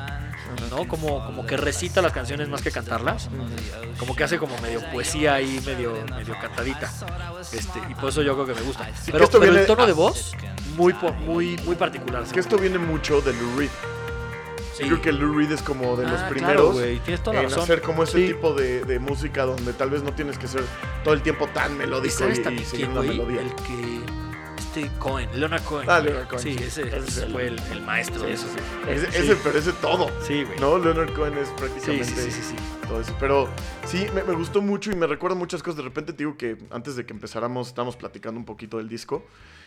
B: ¿no? Como, como que recita las canciones más que cantarlas. Como que hace como medio poesía ahí, medio, medio cantadita. Este, y por eso yo creo que me gusta.
A: que
B: Pero,
A: esto
B: pero
A: viene-
B: el tono de voz, muy, po- muy, muy particular.
A: Que esto viene mucho de Lou Reed.
B: Sí.
A: Yo creo que Lou Reed es como de los
B: Ah, claro,
A: primeros
B: güey, tienes toda la
A: en
B: razón.
A: hacer como ese
B: Sí.
A: tipo de, de música donde tal vez no tienes que ser todo el tiempo tan
B: ¿Y
A: melódico y,
B: sabes
A: y
B: también
A: seguir
B: quién,
A: una
B: güey?
A: melodía.
B: El que... Este Cohen, Leonard Cohen.
A: Ah,
B: güey.
A: Leonard Cohen,
B: Sí,
A: sí.
B: ese,
A: Ese
B: ese
A: es
B: fue el, el maestro de eso.
A: Ese,
B: Sí.
A: ese- pero ese todo.
B: Sí, güey.
A: ¿No? Leonard Cohen es
B: Sí,
A: prácticamente
B: sí, sí, sí, sí.
A: todo eso. Pero sí, me, me gustó mucho y me recuerda muchas cosas. De repente te digo que antes de que empezáramos estábamos platicando un poquito del disco.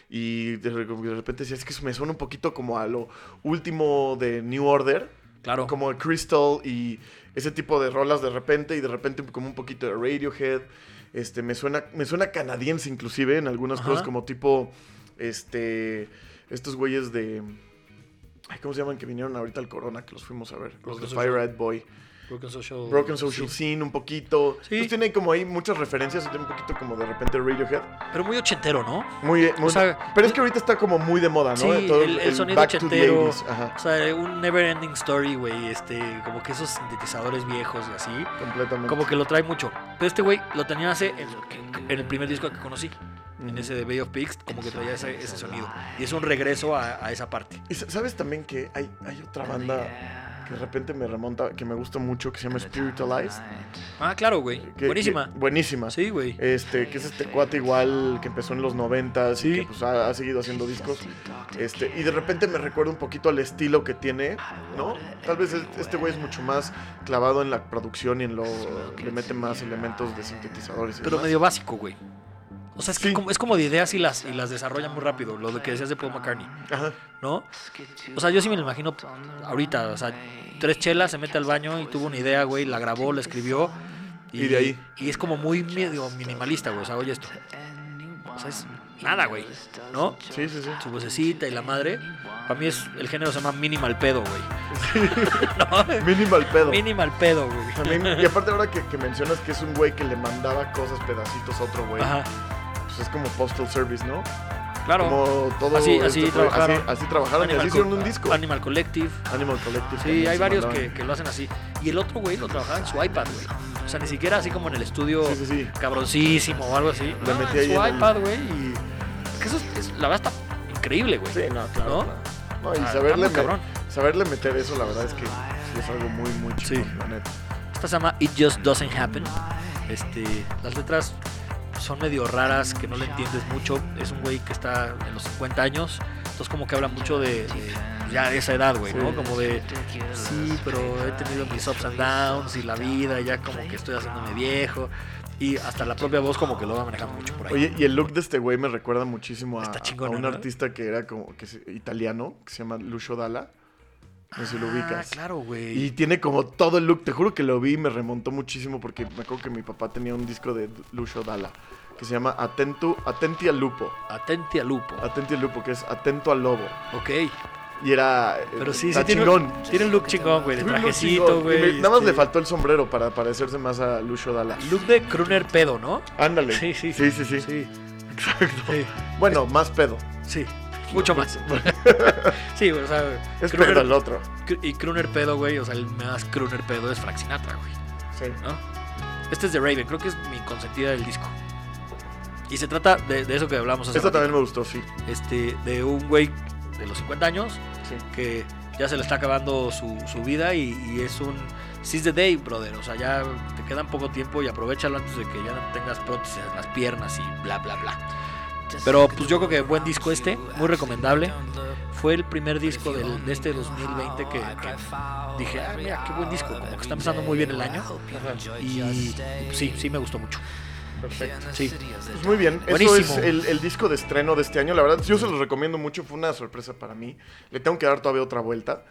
A: Y de, re- de repente decía, es que me suena un poquito como a lo último de New Order.
B: Claro.
A: Como el Crystal y ese tipo de rolas de repente. Y de repente como un poquito de Radiohead. Este, me suena, me suena canadiense inclusive en algunas
B: Ajá.
A: cosas como tipo, este, estos güeyes de... ay, ¿Cómo se llaman que vinieron ahorita al Corona? Que los fuimos a ver. Los de
B: Broken
A: Fire
B: Social.
A: Red Boy.
B: Broken Social.
A: Broken Social
B: sí.
A: Scene un poquito.
B: Sí.
A: Entonces tiene como ahí muchas referencias, tiene un poquito como de repente Radiohead.
B: Pero muy ochentero, ¿no?
A: Muy, eh, muy-
B: O sea,
A: pero es que ahorita está como muy de moda, ¿no?
B: Sí,
A: Todo
B: el, el sonido
A: Back to the
B: ochentero.
A: 80s, ajá,
B: O sea, un never ending story, güey. Este, como que esos sintetizadores viejos y así.
A: completamente.
B: Como que lo trae mucho. Pero este güey lo tenía hace en, en el primer disco que conocí. En
A: Ujú.
B: ese de Bay of Pigs, como que traía ese, ese sonido. Y es un regreso a, a esa parte.
A: Y sa- sabes también que hay, hay otra
B: Oh,
A: banda que de repente me remonta, que me gusta mucho, que se llama Spiritualized.
B: Ah, claro, güey.
A: que-
B: Buenísima.
A: que- buenísima.
B: Sí, güey.
A: Este, que es este cuate igual que empezó en los 90 y
B: Sí.
A: que pues, ha, ha seguido haciendo discos. Este, y de repente me recuerda un poquito al estilo que tiene, ¿no? Tal vez es- este güey es mucho más clavado en la producción y en lo le mete más elementos de sintetizadores. y
B: Pero
A: demás.
B: medio básico, güey. O sea, es, que
A: Sí.
B: como, es como de ideas y las, y las desarrolla muy rápido. Lo de que decías de Paul McCartney.
A: Ajá.
B: ¿no? O sea, yo sí me lo imagino ahorita, o sea, tres chelas, se mete al baño y tuvo una idea, güey, la grabó, la escribió.
A: Y de ahí.
B: Y es como muy medio minimalista, güey, o sea, oye esto. O sea, es nada, güey, ¿no?
A: Sí, sí, sí.
B: Su vocecita y la madre. Para mí es, el género se llama minimal pedo, güey. *laughs* ¿No?
A: Minimal pedo.
B: Minimal
A: *laughs*
B: pedo, güey.
A: También- y aparte ahora que, que mencionas que es un güey que le mandaba cosas pedacitos a otro güey,
B: Ajá.
A: pues es como postal service, ¿no?
B: Claro.
A: Como todo
B: Así-
A: esto
B: así
A: fue-
B: trabajaron.
A: Así, así trabajaron y así
B: Co- ah,
A: hicieron un disco.
B: Animal Collective.
A: Animal Collective.
B: Sí,
A: también
B: hay
A: se
B: varios
A: mandaban.
B: que, que lo hacen así. Y el otro güey lo trabajaba en su iPad, güey. O sea, ni siquiera así como en el estudio
A: Sí, sí, sí.
B: cabroncísimo o algo así.
A: Le
B: No,
A: metí
B: en
A: ahí
B: su
A: en el-
B: iPad, güey. Y que eso es, es- la verdad está increíble, güey.
A: Sí, no, claro.
B: ¿No?
A: claro. No, y
B: Ah,
A: saberle,
B: está muy
A: me-
B: cabrón.
A: saberle meter eso, la verdad es que sí es algo muy, muy chido.
B: Sí. Esta se llama It Just Doesn't Happen. Este, las letras son medio raras, que no le entiendes mucho. Es un güey que está en los 50 años, entonces como que habla mucho de, de ya de esa edad, güey, ¿no? Como de, sí, pero he tenido mis ups and downs y la vida, ya como que estoy haciéndome viejo. Y hasta la propia voz como que lo va manejando mucho por ahí.
A: Oye, y el look de este güey me recuerda muchísimo a,
B: Está
A: a
B: chingona,
A: un
B: ¿no?
A: artista que era como que es italiano, que se llama Lucio Dalla. No sé si lo ubicas.
B: Ah, claro, güey.
A: Y tiene como todo el look. Te juro que lo vi y me remontó muchísimo porque me acuerdo que mi papá tenía un disco de Lucio Dalla que se llama Atento, Atenti al Lupo.
B: Atenti a Lupo.
A: Atenti al Lupo, que es Atento al Lobo.
B: Ok.
A: Y era. eh,
B: Pero sí, sí
A: está
B: tiene,
A: chingón.
B: tiene un look chingón, güey, de
A: Tiene un look
B: trajecito,
A: chingón. Y me-
B: güey.
A: Nada más
B: este,
A: le faltó el sombrero para parecerse más a Lucio Dalla.
B: Look de crooner pedo, ¿no?
A: Ándale.
B: Sí, sí,
A: sí. sí, sí.
B: Sí,
A: Exacto.
B: sí,
A: Bueno, más pedo.
B: sí. Mucho
A: *laughs*
B: más. Sí, güey, o sea,
A: Es
B: crooner-
A: pedo el otro.
B: cr- y crooner pedo, güey, o sea, el más crooner pedo es Frank Sinatra, güey,
A: Sí.
B: ¿no? Este es de Raven, creo que es mi consentida del disco. Y se trata de, de eso que hablamos hace
A: Esta
B: ratito.
A: también me gustó, sí.
B: Este, de un güey de los 50 años
A: Sí.
B: que ya se le está acabando su, su vida y, y es un seize the day, brother. O sea, ya te quedan poco tiempo y aprovechalo antes de que ya no tengas prótesis en las piernas y bla, bla, bla. Pero pues yo creo que buen disco este, muy recomendable. Fue el primer disco del- de este 2020 que, que dije, ah, mira, qué buen disco, como que está empezando muy bien el año. Y, y, pues, sí, sí me gustó mucho.
A: Perfecto.
B: Sí.
A: Pues muy bien,
B: Buenísimo.
A: eso es el, el disco de estreno de este año. La verdad, yo se los recomiendo mucho, fue una sorpresa para mí. Le tengo que dar todavía otra vuelta.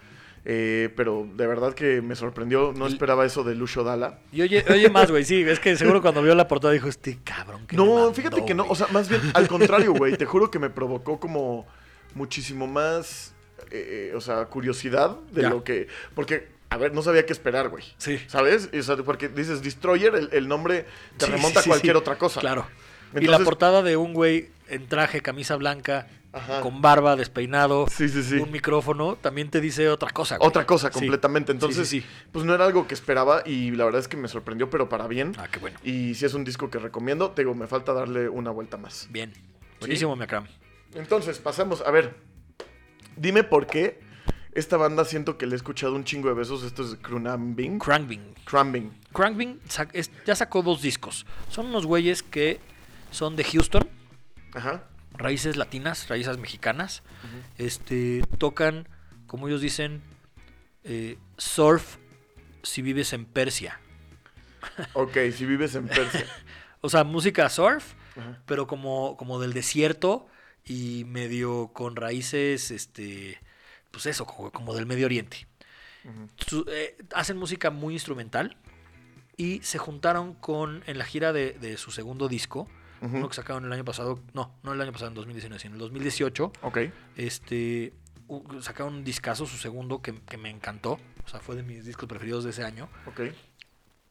A: eh, pero de verdad que me sorprendió, no
B: Y-
A: esperaba eso de Lucio Dalla.
B: Y oye, oye más, güey, sí, es que seguro cuando vio la portada dijo, este cabrón que me
A: No,
B: mandó,
A: fíjate que no,
B: güey".
A: o sea, más bien al contrario, güey, te juro que me provocó como muchísimo más, eh, eh, o sea, curiosidad de
B: Ya.
A: lo que, porque, a ver, no sabía qué esperar, güey.
B: Sí.
A: ¿Sabes? O sea, porque dices Destroyer, el, el nombre te
B: Sí,
A: remonta
B: sí, sí,
A: a cualquier
B: sí.
A: otra cosa.
B: Claro. y la
A: Entonces-
B: portada de un güey en traje, camisa blanca,
A: Ajá.
B: con barba, despeinado,
A: Sí, sí, sí.
B: un micrófono, también te dice otra cosa. güey.
A: Otra cosa
B: Sí.
A: completamente. Entonces,
B: Sí, sí,
A: pues no era algo que esperaba y la verdad es que me sorprendió, pero para bien.
B: sí. Ah, qué bueno.
A: Y si es un disco que recomiendo, te digo, me falta darle una vuelta más.
B: Bien. Buenísimo, mi Akram.
A: Entonces, pasamos, a ver, dime por qué esta banda siento que le he escuchado un chingo de besos. Esto es de Crunambing.
B: Crankbing.
A: Crumbing.
B: Crankbing sa- es- ya sacó dos discos. Son unos güeyes que son de Houston,
A: Ajá.
B: raíces latinas, raíces mexicanas. Este Tocan, como ellos dicen, eh, surf si vives en Persia.
A: Ok, si vives en
B: *laughs*
A: Persia.
B: O sea, música surf,
A: Ajá.
B: pero como, como del desierto y medio con raíces, este, pues eso, como, como del Medio Oriente.
A: Ujú.
B: Su- eh, hacen música muy instrumental y se juntaron con, en la gira de, de su segundo disco,
A: Ujú.
B: uno que sacaron el año pasado, no, no el año pasado, en 2019, sino en el 2018,
A: Ok.
B: este, u- sacaron un discazo, su segundo, que, que me encantó, o sea, fue de mis discos preferidos de ese año
A: Ok.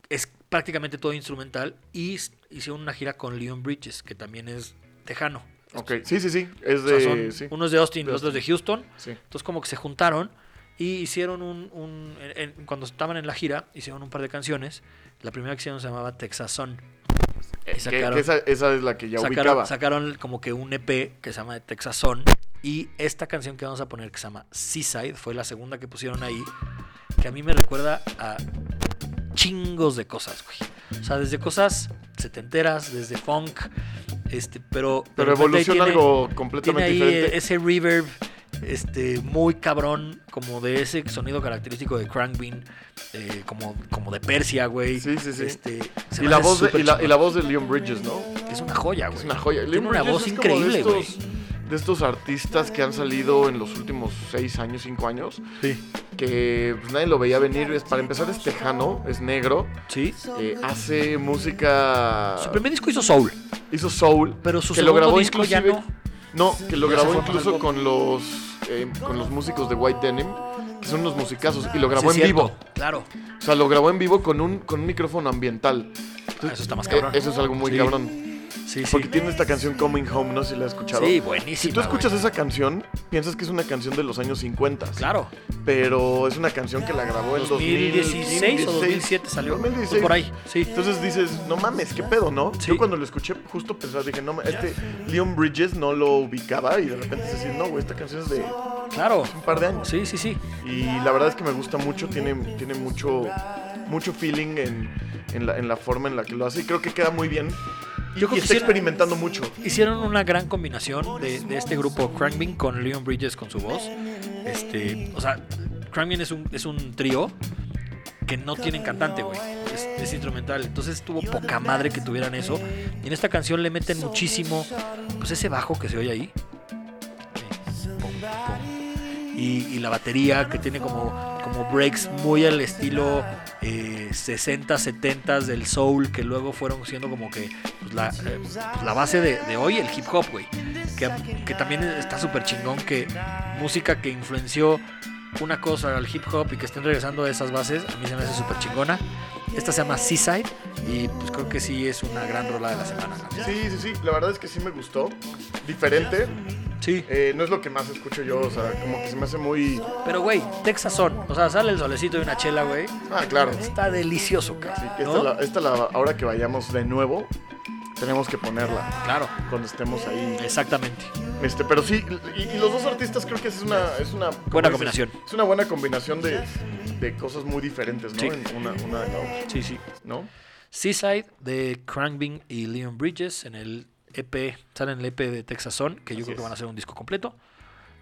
B: es prácticamente todo instrumental y s- hicieron una gira con Leon Bridges, que también es tejano.
A: Ok. Sí, sí, sí. Es
B: O sea,
A: de.
B: son-
A: sí.
B: Uno es de Austin,
A: De
B: los dos de Houston.
A: sí.
B: Entonces como que se juntaron y hicieron un... un- en- en- cuando estaban en la gira, hicieron un par de canciones. La primera que hicieron se llamaba Texas Son.
A: Eh, que-
B: sacaron-
A: que esa, esa es la que ya ubicaba.
B: Sacaron, sacaron como que un EP que se llama Texas Son. Y esta canción que vamos a poner que se llama Seaside fue la segunda que pusieron ahí, que a mí me recuerda a chingos de cosas, güey. O sea, desde cosas setenteras, desde funk, este, pero... de
A: pero
B: repente ahí
A: evoluciona
B: tiene-
A: algo
B: Tiene
A: completamente
B: ahí
A: diferente.
B: eh, ese reverb este, muy cabrón, como de ese sonido característico de Crankbean, eh, como, como de Persia, güey.
A: Sí, sí, sí.
B: Este, se
A: Y
B: me
A: la,
B: hace
A: voz de,
B: súper
A: y, la, y
B: chingón.
A: la voz de Leon Bridges, ¿no?
B: Es una joya, güey.
A: Es una joya.
B: Tiene
A: Leon
B: una
A: Bridges
B: voz
A: es como
B: increíble,
A: de
B: güey.
A: estos, de estos artistas que han salido en los últimos 6 años, 5 años,
B: Sí.
A: que pues, nadie lo veía venir. Es- Para empezar, es tejano, es negro,
B: Sí.
A: eh, hace música.
B: Su primer disco hizo Soul,
A: Hizo soul.
B: pero su
A: que
B: segundo
A: lo grabó
B: disco ya
A: inclusive-
B: no.
A: No, que lo
B: Ya se
A: grabó
B: fue con
A: incluso
B: algo.
A: con los, eh, con los músicos de White Denim, que son unos musicazos, y lo
B: Sí,
A: grabó
B: es
A: en
B: cierto,
A: vivo.
B: Claro.
A: O sea, lo grabó en vivo con un, con un micrófono ambiental.
B: Ah, eso está más
A: eh,
B: cabrón.
A: eso es algo muy
B: Sí.
A: cabrón.
B: Sí, sí.
A: Porque tiene esta canción Coming Home, no sé si la has escuchado.
B: Sí, buenísima.
A: Si tú escuchas
B: güey.
A: esa canción, piensas que es una canción de los años 50.
B: Claro.
A: Pero es una canción que la grabó en
B: 2016 o 2007 salió.
A: 2016.
B: Pues por ahí, sí.
A: Entonces dices, no mames, qué pedo, ¿no?
B: Sí.
A: Yo cuando lo escuché justo pensaba, dije, no, ma- este Leon Bridges no lo ubicaba y de repente se dice, no, güey, esta canción es de hace
B: Claro.
A: un par de años.
B: Sí, sí, sí.
A: Y la verdad es que me gusta mucho, tiene, tiene mucho, mucho feeling en, en la, en la forma en la que lo hace y creo que queda muy bien. Y,
B: Yo creo
A: y
B: que
A: está
B: sí-
A: experimentando mucho.
B: Hicieron una gran combinación de, de este grupo Crankbin con Leon Bridges con su voz. Este, o sea, Crankbin es un, es un trío que no tienen cantante, güey. Es, es instrumental. Entonces estuvo poca madre que tuvieran eso. Y en esta canción le meten muchísimo, pues ese bajo que se oye ahí. Sí. Pum, pum. Y, y la batería que tiene como, como breaks muy al estilo eh, 60, 70 del soul, que luego fueron siendo como que pues, la, eh, pues, la base de, de hoy, el hip hop, güey. Que, que también está súper chingón que música que influenció una cosa al hip hop y que estén regresando a esas bases, a mí se me hace súper chingona. Esta se llama Seaside y pues creo que sí es una gran rola de la semana. ¿no?
A: Sí, sí, sí, la verdad es que sí me gustó. Diferente,
B: Sí.
A: eh, no es lo que más escucho yo, o sea, como que se me hace muy...
B: Pero, güey, Texas son. O sea, sale el solecito y una chela, güey.
A: Ah, claro.
B: Está delicioso, cara.
A: Sí, que esta,
B: ¿no?
A: la, esta la- ahora que vayamos de nuevo, tenemos que ponerla
B: Claro,
A: cuando estemos ahí.
B: exactamente.
A: Este, pero sí, y, y los dos artistas creo que es una, es una
B: Buena
A: como dices,
B: combinación.
A: Es una buena combinación de, de cosas muy diferentes, ¿no?
B: Sí.
A: En Una, una de la otra,
B: Sí, sí.
A: ¿no?
B: Seaside de Crankbin y Leon Bridges en el EP. Sale en el EP de Texas son, que yo
A: Así
B: creo que
A: es.
B: van a ser un disco completo.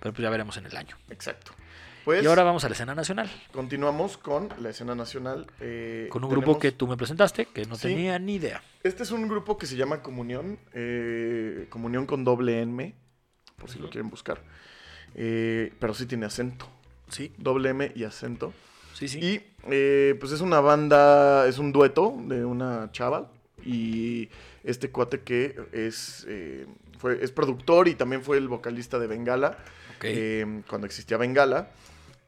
B: Pero pues ya veremos en el año.
A: Exacto. Pues
B: Y ahora vamos a la escena nacional.
A: continuamos con la escena nacional. eh,
B: Con un grupo
A: tenemos-
B: que tú me presentaste, que no
A: Sí.
B: tenía ni idea.
A: Este es un grupo que se llama Comunión, eh, Comunión con doble M, por si lo quieren buscar. Eh, pero sí tiene acento,
B: Sí,
A: doble M y acento.
B: sí, sí.
A: Y eh, pues es una banda, es un dueto de una chava y este cuate que es, eh, fue, es productor y también fue el vocalista de Bengala
B: Ok.
A: eh, cuando existía Bengala.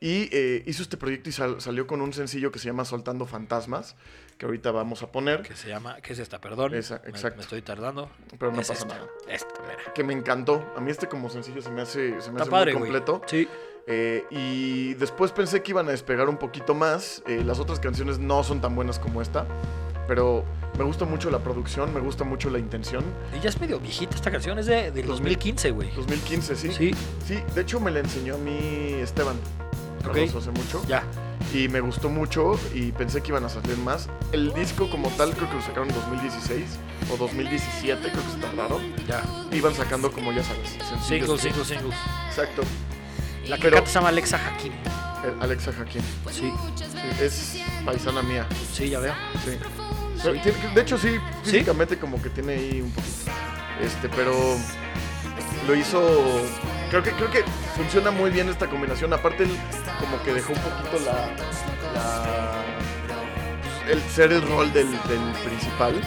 A: Y eh, hizo este proyecto y sal- salió con un sencillo que se llama Soltando Fantasmas, que ahorita vamos a poner,
B: que se llama, ¿qué es esta? Perdón.
A: Esa-
B: me- Me,
A: exacto.
B: estoy tardando.
A: pero no
B: Es
A: pasa
B: esta,
A: nada.
B: Esta, mira.
A: Que me encantó. A mí este como sencillo se me hace, se me
B: Está
A: hace
B: padre,
A: muy
B: güey.
A: completo.
B: Sí.
A: Eh, y después pensé que iban a despegar un poquito más. Eh, las otras canciones no son tan buenas como esta. Pero me gusta mucho la producción, me gusta mucho la intención.
B: Y ya es medio viejita esta canción, es de, del 2015, güey.
A: 2015, sí.
B: Sí,
A: Sí, de hecho me la enseñó a mí Esteban.
B: Ok.
A: Cardoso hace mucho.
B: ya.
A: Y me gustó mucho y pensé que iban a salir más. El disco como tal creo que lo sacaron en 2016 o 2017, creo que se tardaron.
B: Ya.
A: Iban sacando como ya sabes.
B: Singles,
A: sencillos.
B: singles, singles.
A: Exacto.
B: La que
A: Pero-
B: canta se llama Alexa Hakim.
A: Eh, Alexa Jaquín.
B: Sí,
A: Sí, es paisana mía.
B: sí, ya veo.
A: Sí. Pero tiene- De hecho, sí, físicamente como que tiene ahí un poquito. Este, pero lo hizo. Creo que, creo que funciona muy bien esta combinación. Aparte, él como que dejó un poquito la. la- el ser el rol del, del principal.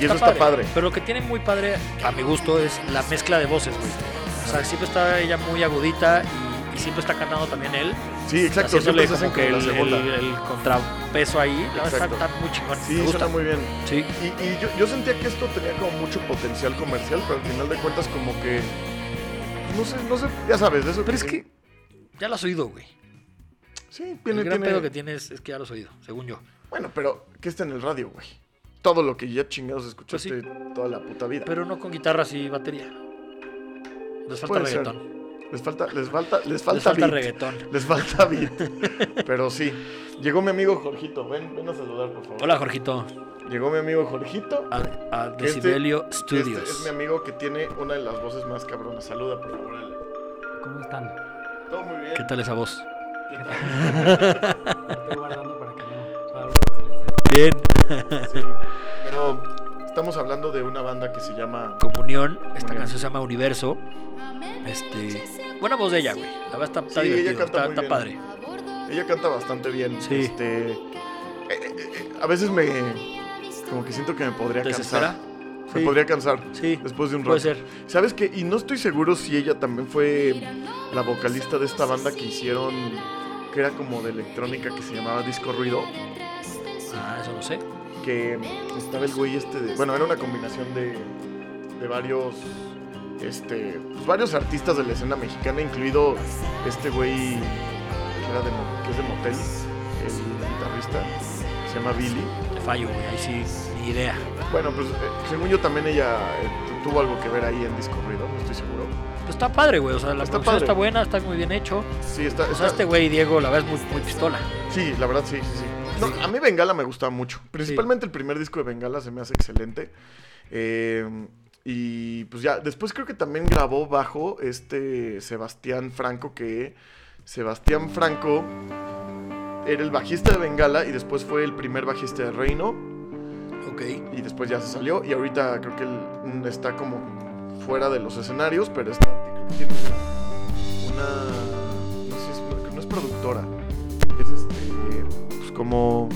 A: Y eso está padre.
B: Pero lo que tiene muy padre, a mi gusto, es la mezcla de voces, güey. O sea, siempre está ella muy agudita y, y siempre está cantando también él.
A: Sí, exacto. Siempre
B: haciéndole
A: se
B: como
A: hacen
B: que
A: como la
B: el,
A: segunda.
B: el- el contrapeso ahí. La verdad está,
A: Exacto.
B: está muy chingón.
A: Sí,
B: me gusta.
A: suena muy bien.
B: Sí,
A: Y, y yo, yo sentía que esto tenía como mucho potencial comercial, pero al final de cuentas, como que. No sé, no sé, ya sabes, de eso
B: Pero es que- ya lo has oído, güey.
A: Sí,
B: El
A: tiene.
B: gran
A: tiene-
B: pedo que tienes es que ya lo has oído, según yo.
A: Bueno, pero ¿qué está en el radio, güey? Todo lo que ya chingados escuchaste
B: Pues
A: toda la puta vida.
B: Pero no con guitarras y batería. Les falta
A: Puede ser.
B: reggaetón.
A: Les falta, les falta, les falta,
B: Les falta
A: beat.
B: reggaetón.
A: Les falta beat. *laughs* pero sí. Llegó mi amigo Jorgito, ven, ven a saludar, por favor.
B: Hola, Jorgito.
A: Llegó mi amigo Jorgito.
B: A, a
A: que este-
B: Decibelio
A: Este
B: Studios.
A: es mi amigo que tiene una de las voces más cabronas. Saluda, por favor. Ale.
C: ¿Cómo están?
A: Todo muy bien.
B: ¿Qué tal esa voz?
A: ¿Qué tal?
C: Estoy guardando para que no. para-
B: Bien.
A: Sí. Pero estamos hablando de una banda que se llama
B: Comunión. Esta
A: Comunión.
B: canción se llama Universo. Este, buena voz de ella, güey. La verdad está, está
A: Sí, ella
B: divertido,
A: canta
B: está,
A: muy
B: está
A: bien.
B: padre.
A: Ella canta bastante bien.
B: Sí.
A: Este, eh, eh, eh, a veces me. Como que siento que me podría
B: ¿Te
A: cansar.
B: desespera?
A: Me
B: Sí.
A: podría cansar.
B: Sí,
A: Después de un
B: puede
A: rato.
B: ser.
A: ¿Sabes qué? Y no estoy seguro si ella también fue la vocalista de esta banda que hicieron. Que era como de electrónica que se llamaba Disco Ruido.
B: Ah, eso no sé.
A: Que estaba el güey este de. Bueno, era una combinación de. de varios este pues, varios artistas de la escena mexicana, incluido este güey que, era de Mo- que es de Motel, el guitarrista, se llama Billy.
B: Te fallo, güey. Ahí sí, ni idea.
A: Bueno, pues eh, según yo también ella eh, tu- tuvo algo que ver ahí en Disco Ruido, no estoy seguro.
B: Pero Pues está padre, güey. O sea, la
A: Está
B: producción
A: padre.
B: está buena, está muy bien hecho.
A: Sí, está,
B: O
A: está-
B: sea, este güey, Diego, la verdad es muy, muy pistola.
A: Sí, la verdad sí, sí, sí. No, a mí Bengala me gustaba mucho. Principalmente el primer disco de Bengala se me hace excelente. Eh, y pues ya, después creo que también grabó bajo este Sebastián Franco, que Sebastián Franco era el bajista de Bengala y después fue el primer bajista de Reino
B: Ok.
A: y después ya se salió y ahorita creo que él mm, está como fuera de los escenarios, pero está tiene una no sé, es- creo que no es productora. Es este pues como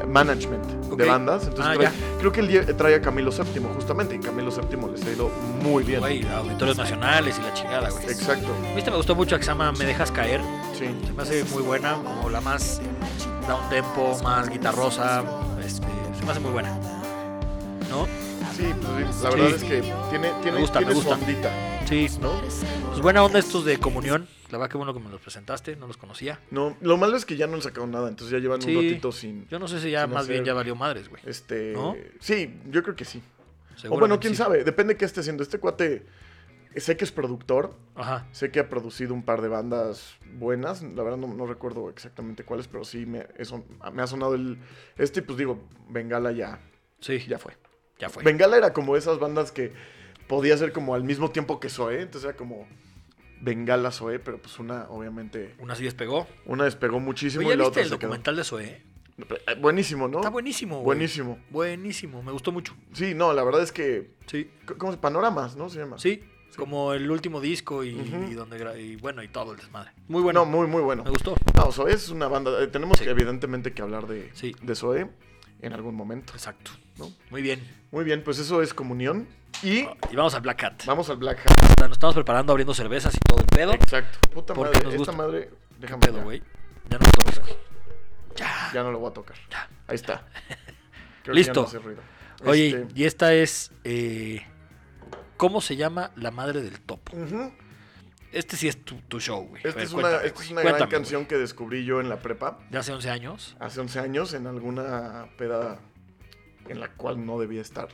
A: eh, management
B: Ok.
A: de bandas, entonces
B: Ah,
A: trae-
B: ya.
A: creo que él lle- trae a Camilo VII justamente y Camilo VII les ha ido muy bien.
B: Güey, auditorios nacionales y la chingada, güey.
A: Exacto.
B: Viste, me gustó mucho que se llama Me Dejas Caer.
A: Sí.
B: Se me hace muy buena, como la más da un tempo, más guitarrosa. este, se me hace muy buena. ¿No?
A: Sí, pues, la
B: Sí.
A: verdad es que tiene tiene,
B: Me gusta,
A: tiene
B: me
A: su
B: gusta.
A: ondita,
B: Sí.
A: ¿no?
B: Pues buena onda estos de comunión. La verdad que bueno que me los presentaste, no los conocía.
A: No, lo malo es que ya no han sacado nada, entonces ya llevan
B: Sí.
A: un ratito sin
B: Yo no sé si ya
A: Sin
B: más bien
A: hacer-
B: ya valió madres, güey.
A: Este,
B: ¿No?
A: sí, yo creo que sí. O
B: Seguramente
A: bueno, quién
B: sí.
A: sabe, depende de qué esté haciendo. Este cuate sé que es productor,
B: Ajá.
A: sé que ha producido un par de bandas buenas, la verdad no, no recuerdo exactamente cuáles, pero sí me, eso, me ha sonado el este pues digo, Bengala ya
B: Sí,
A: ya
B: ya,
A: fue.
B: fue.
A: Bengala era como esas bandas que podía ser como al mismo tiempo que Zoe, entonces era como Bengala Zoe, pero pues una obviamente
B: Una sí despegó.
A: una despegó muchísimo
B: Oye,
A: y
B: ¿ya
A: la
B: viste
A: otra
B: el
A: se quedó.
B: documental de Zoe?
A: Eh, Buenísimo, ¿no?
B: Está buenísimo, güey.
A: Buenísimo.
B: Buenísimo, me gustó mucho.
A: Sí, no, la verdad es que
B: Sí.
A: ¿Cómo se Panoramas, ¿no? Se llama.
B: Sí, como el último disco y,
A: Ujú.
B: y donde gra- y bueno, y todo el desmadre. Muy bueno.
A: Bueno, muy, muy bueno.
B: Me gustó.
A: No, Zoe es una banda. eh, tenemos
B: Sí.
A: que, evidentemente que hablar de,
B: Sí.
A: de Zoe en algún momento.
B: Exacto.
A: ¿no?
B: Muy bien.
A: Muy bien, pues eso es comunión. Y
B: Y vamos a Black Hat.
A: vamos al Black Hat.
B: Nos estamos preparando abriendo cervezas y todo el pedo.
A: Exacto. Puta
B: Porque
A: madre,
B: nos
A: esta
B: gusta.
A: madre. Déjame
B: pedo,
A: ya.
B: güey. Ya no me toques, güey.
A: Ya no lo voy a tocar.
B: Ya.
A: Ahí
B: *laughs*
A: está. Creo que ya
B: Listo.
A: no hace ruido.
B: Oye,
A: Este,
B: y esta es. eh, ¿Cómo se llama la madre del topo?
A: ujú.
B: Este sí es tu, tu show, güey. A
A: Esta
B: ver,
A: es una,
B: cuéntame,
A: esta
B: güey.
A: es una gran
B: Cuéntame,
A: canción
B: güey.
A: que descubrí yo en la prepa
B: De hace 11 años.
A: hace 11 años en alguna peda en la cual no debía estar.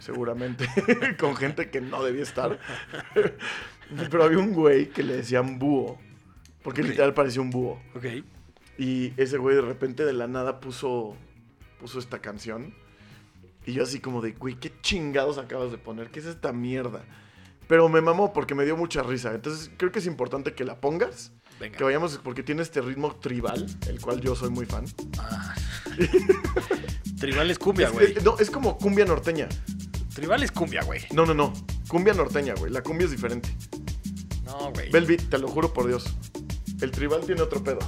A: Seguramente *laughs* con gente que no debía estar. *laughs* Pero había un güey que le decían búho. Porque
B: Ok.
A: literal parecía un búho.
B: Ok.
A: Y ese güey de repente de la nada puso, puso esta canción. Y yo así como de, güey, ¿qué chingados acabas de poner? ¿Qué es esta mierda? Pero me mamó porque me dio mucha risa. Entonces creo que es importante que la pongas.
B: Venga.
A: Que vayamos porque tiene este ritmo tribal, el cual yo soy muy fan.
B: Ah. Tribal
A: *laughs*
B: es cumbia, güey.
A: Es- no, es como cumbia norteña.
B: Tribal es cumbia, güey.
A: No, no, no. Cumbia norteña, güey. La cumbia es diferente.
B: No, güey.
A: Velvet, te lo juro por Dios. El tribal tiene otro pedo.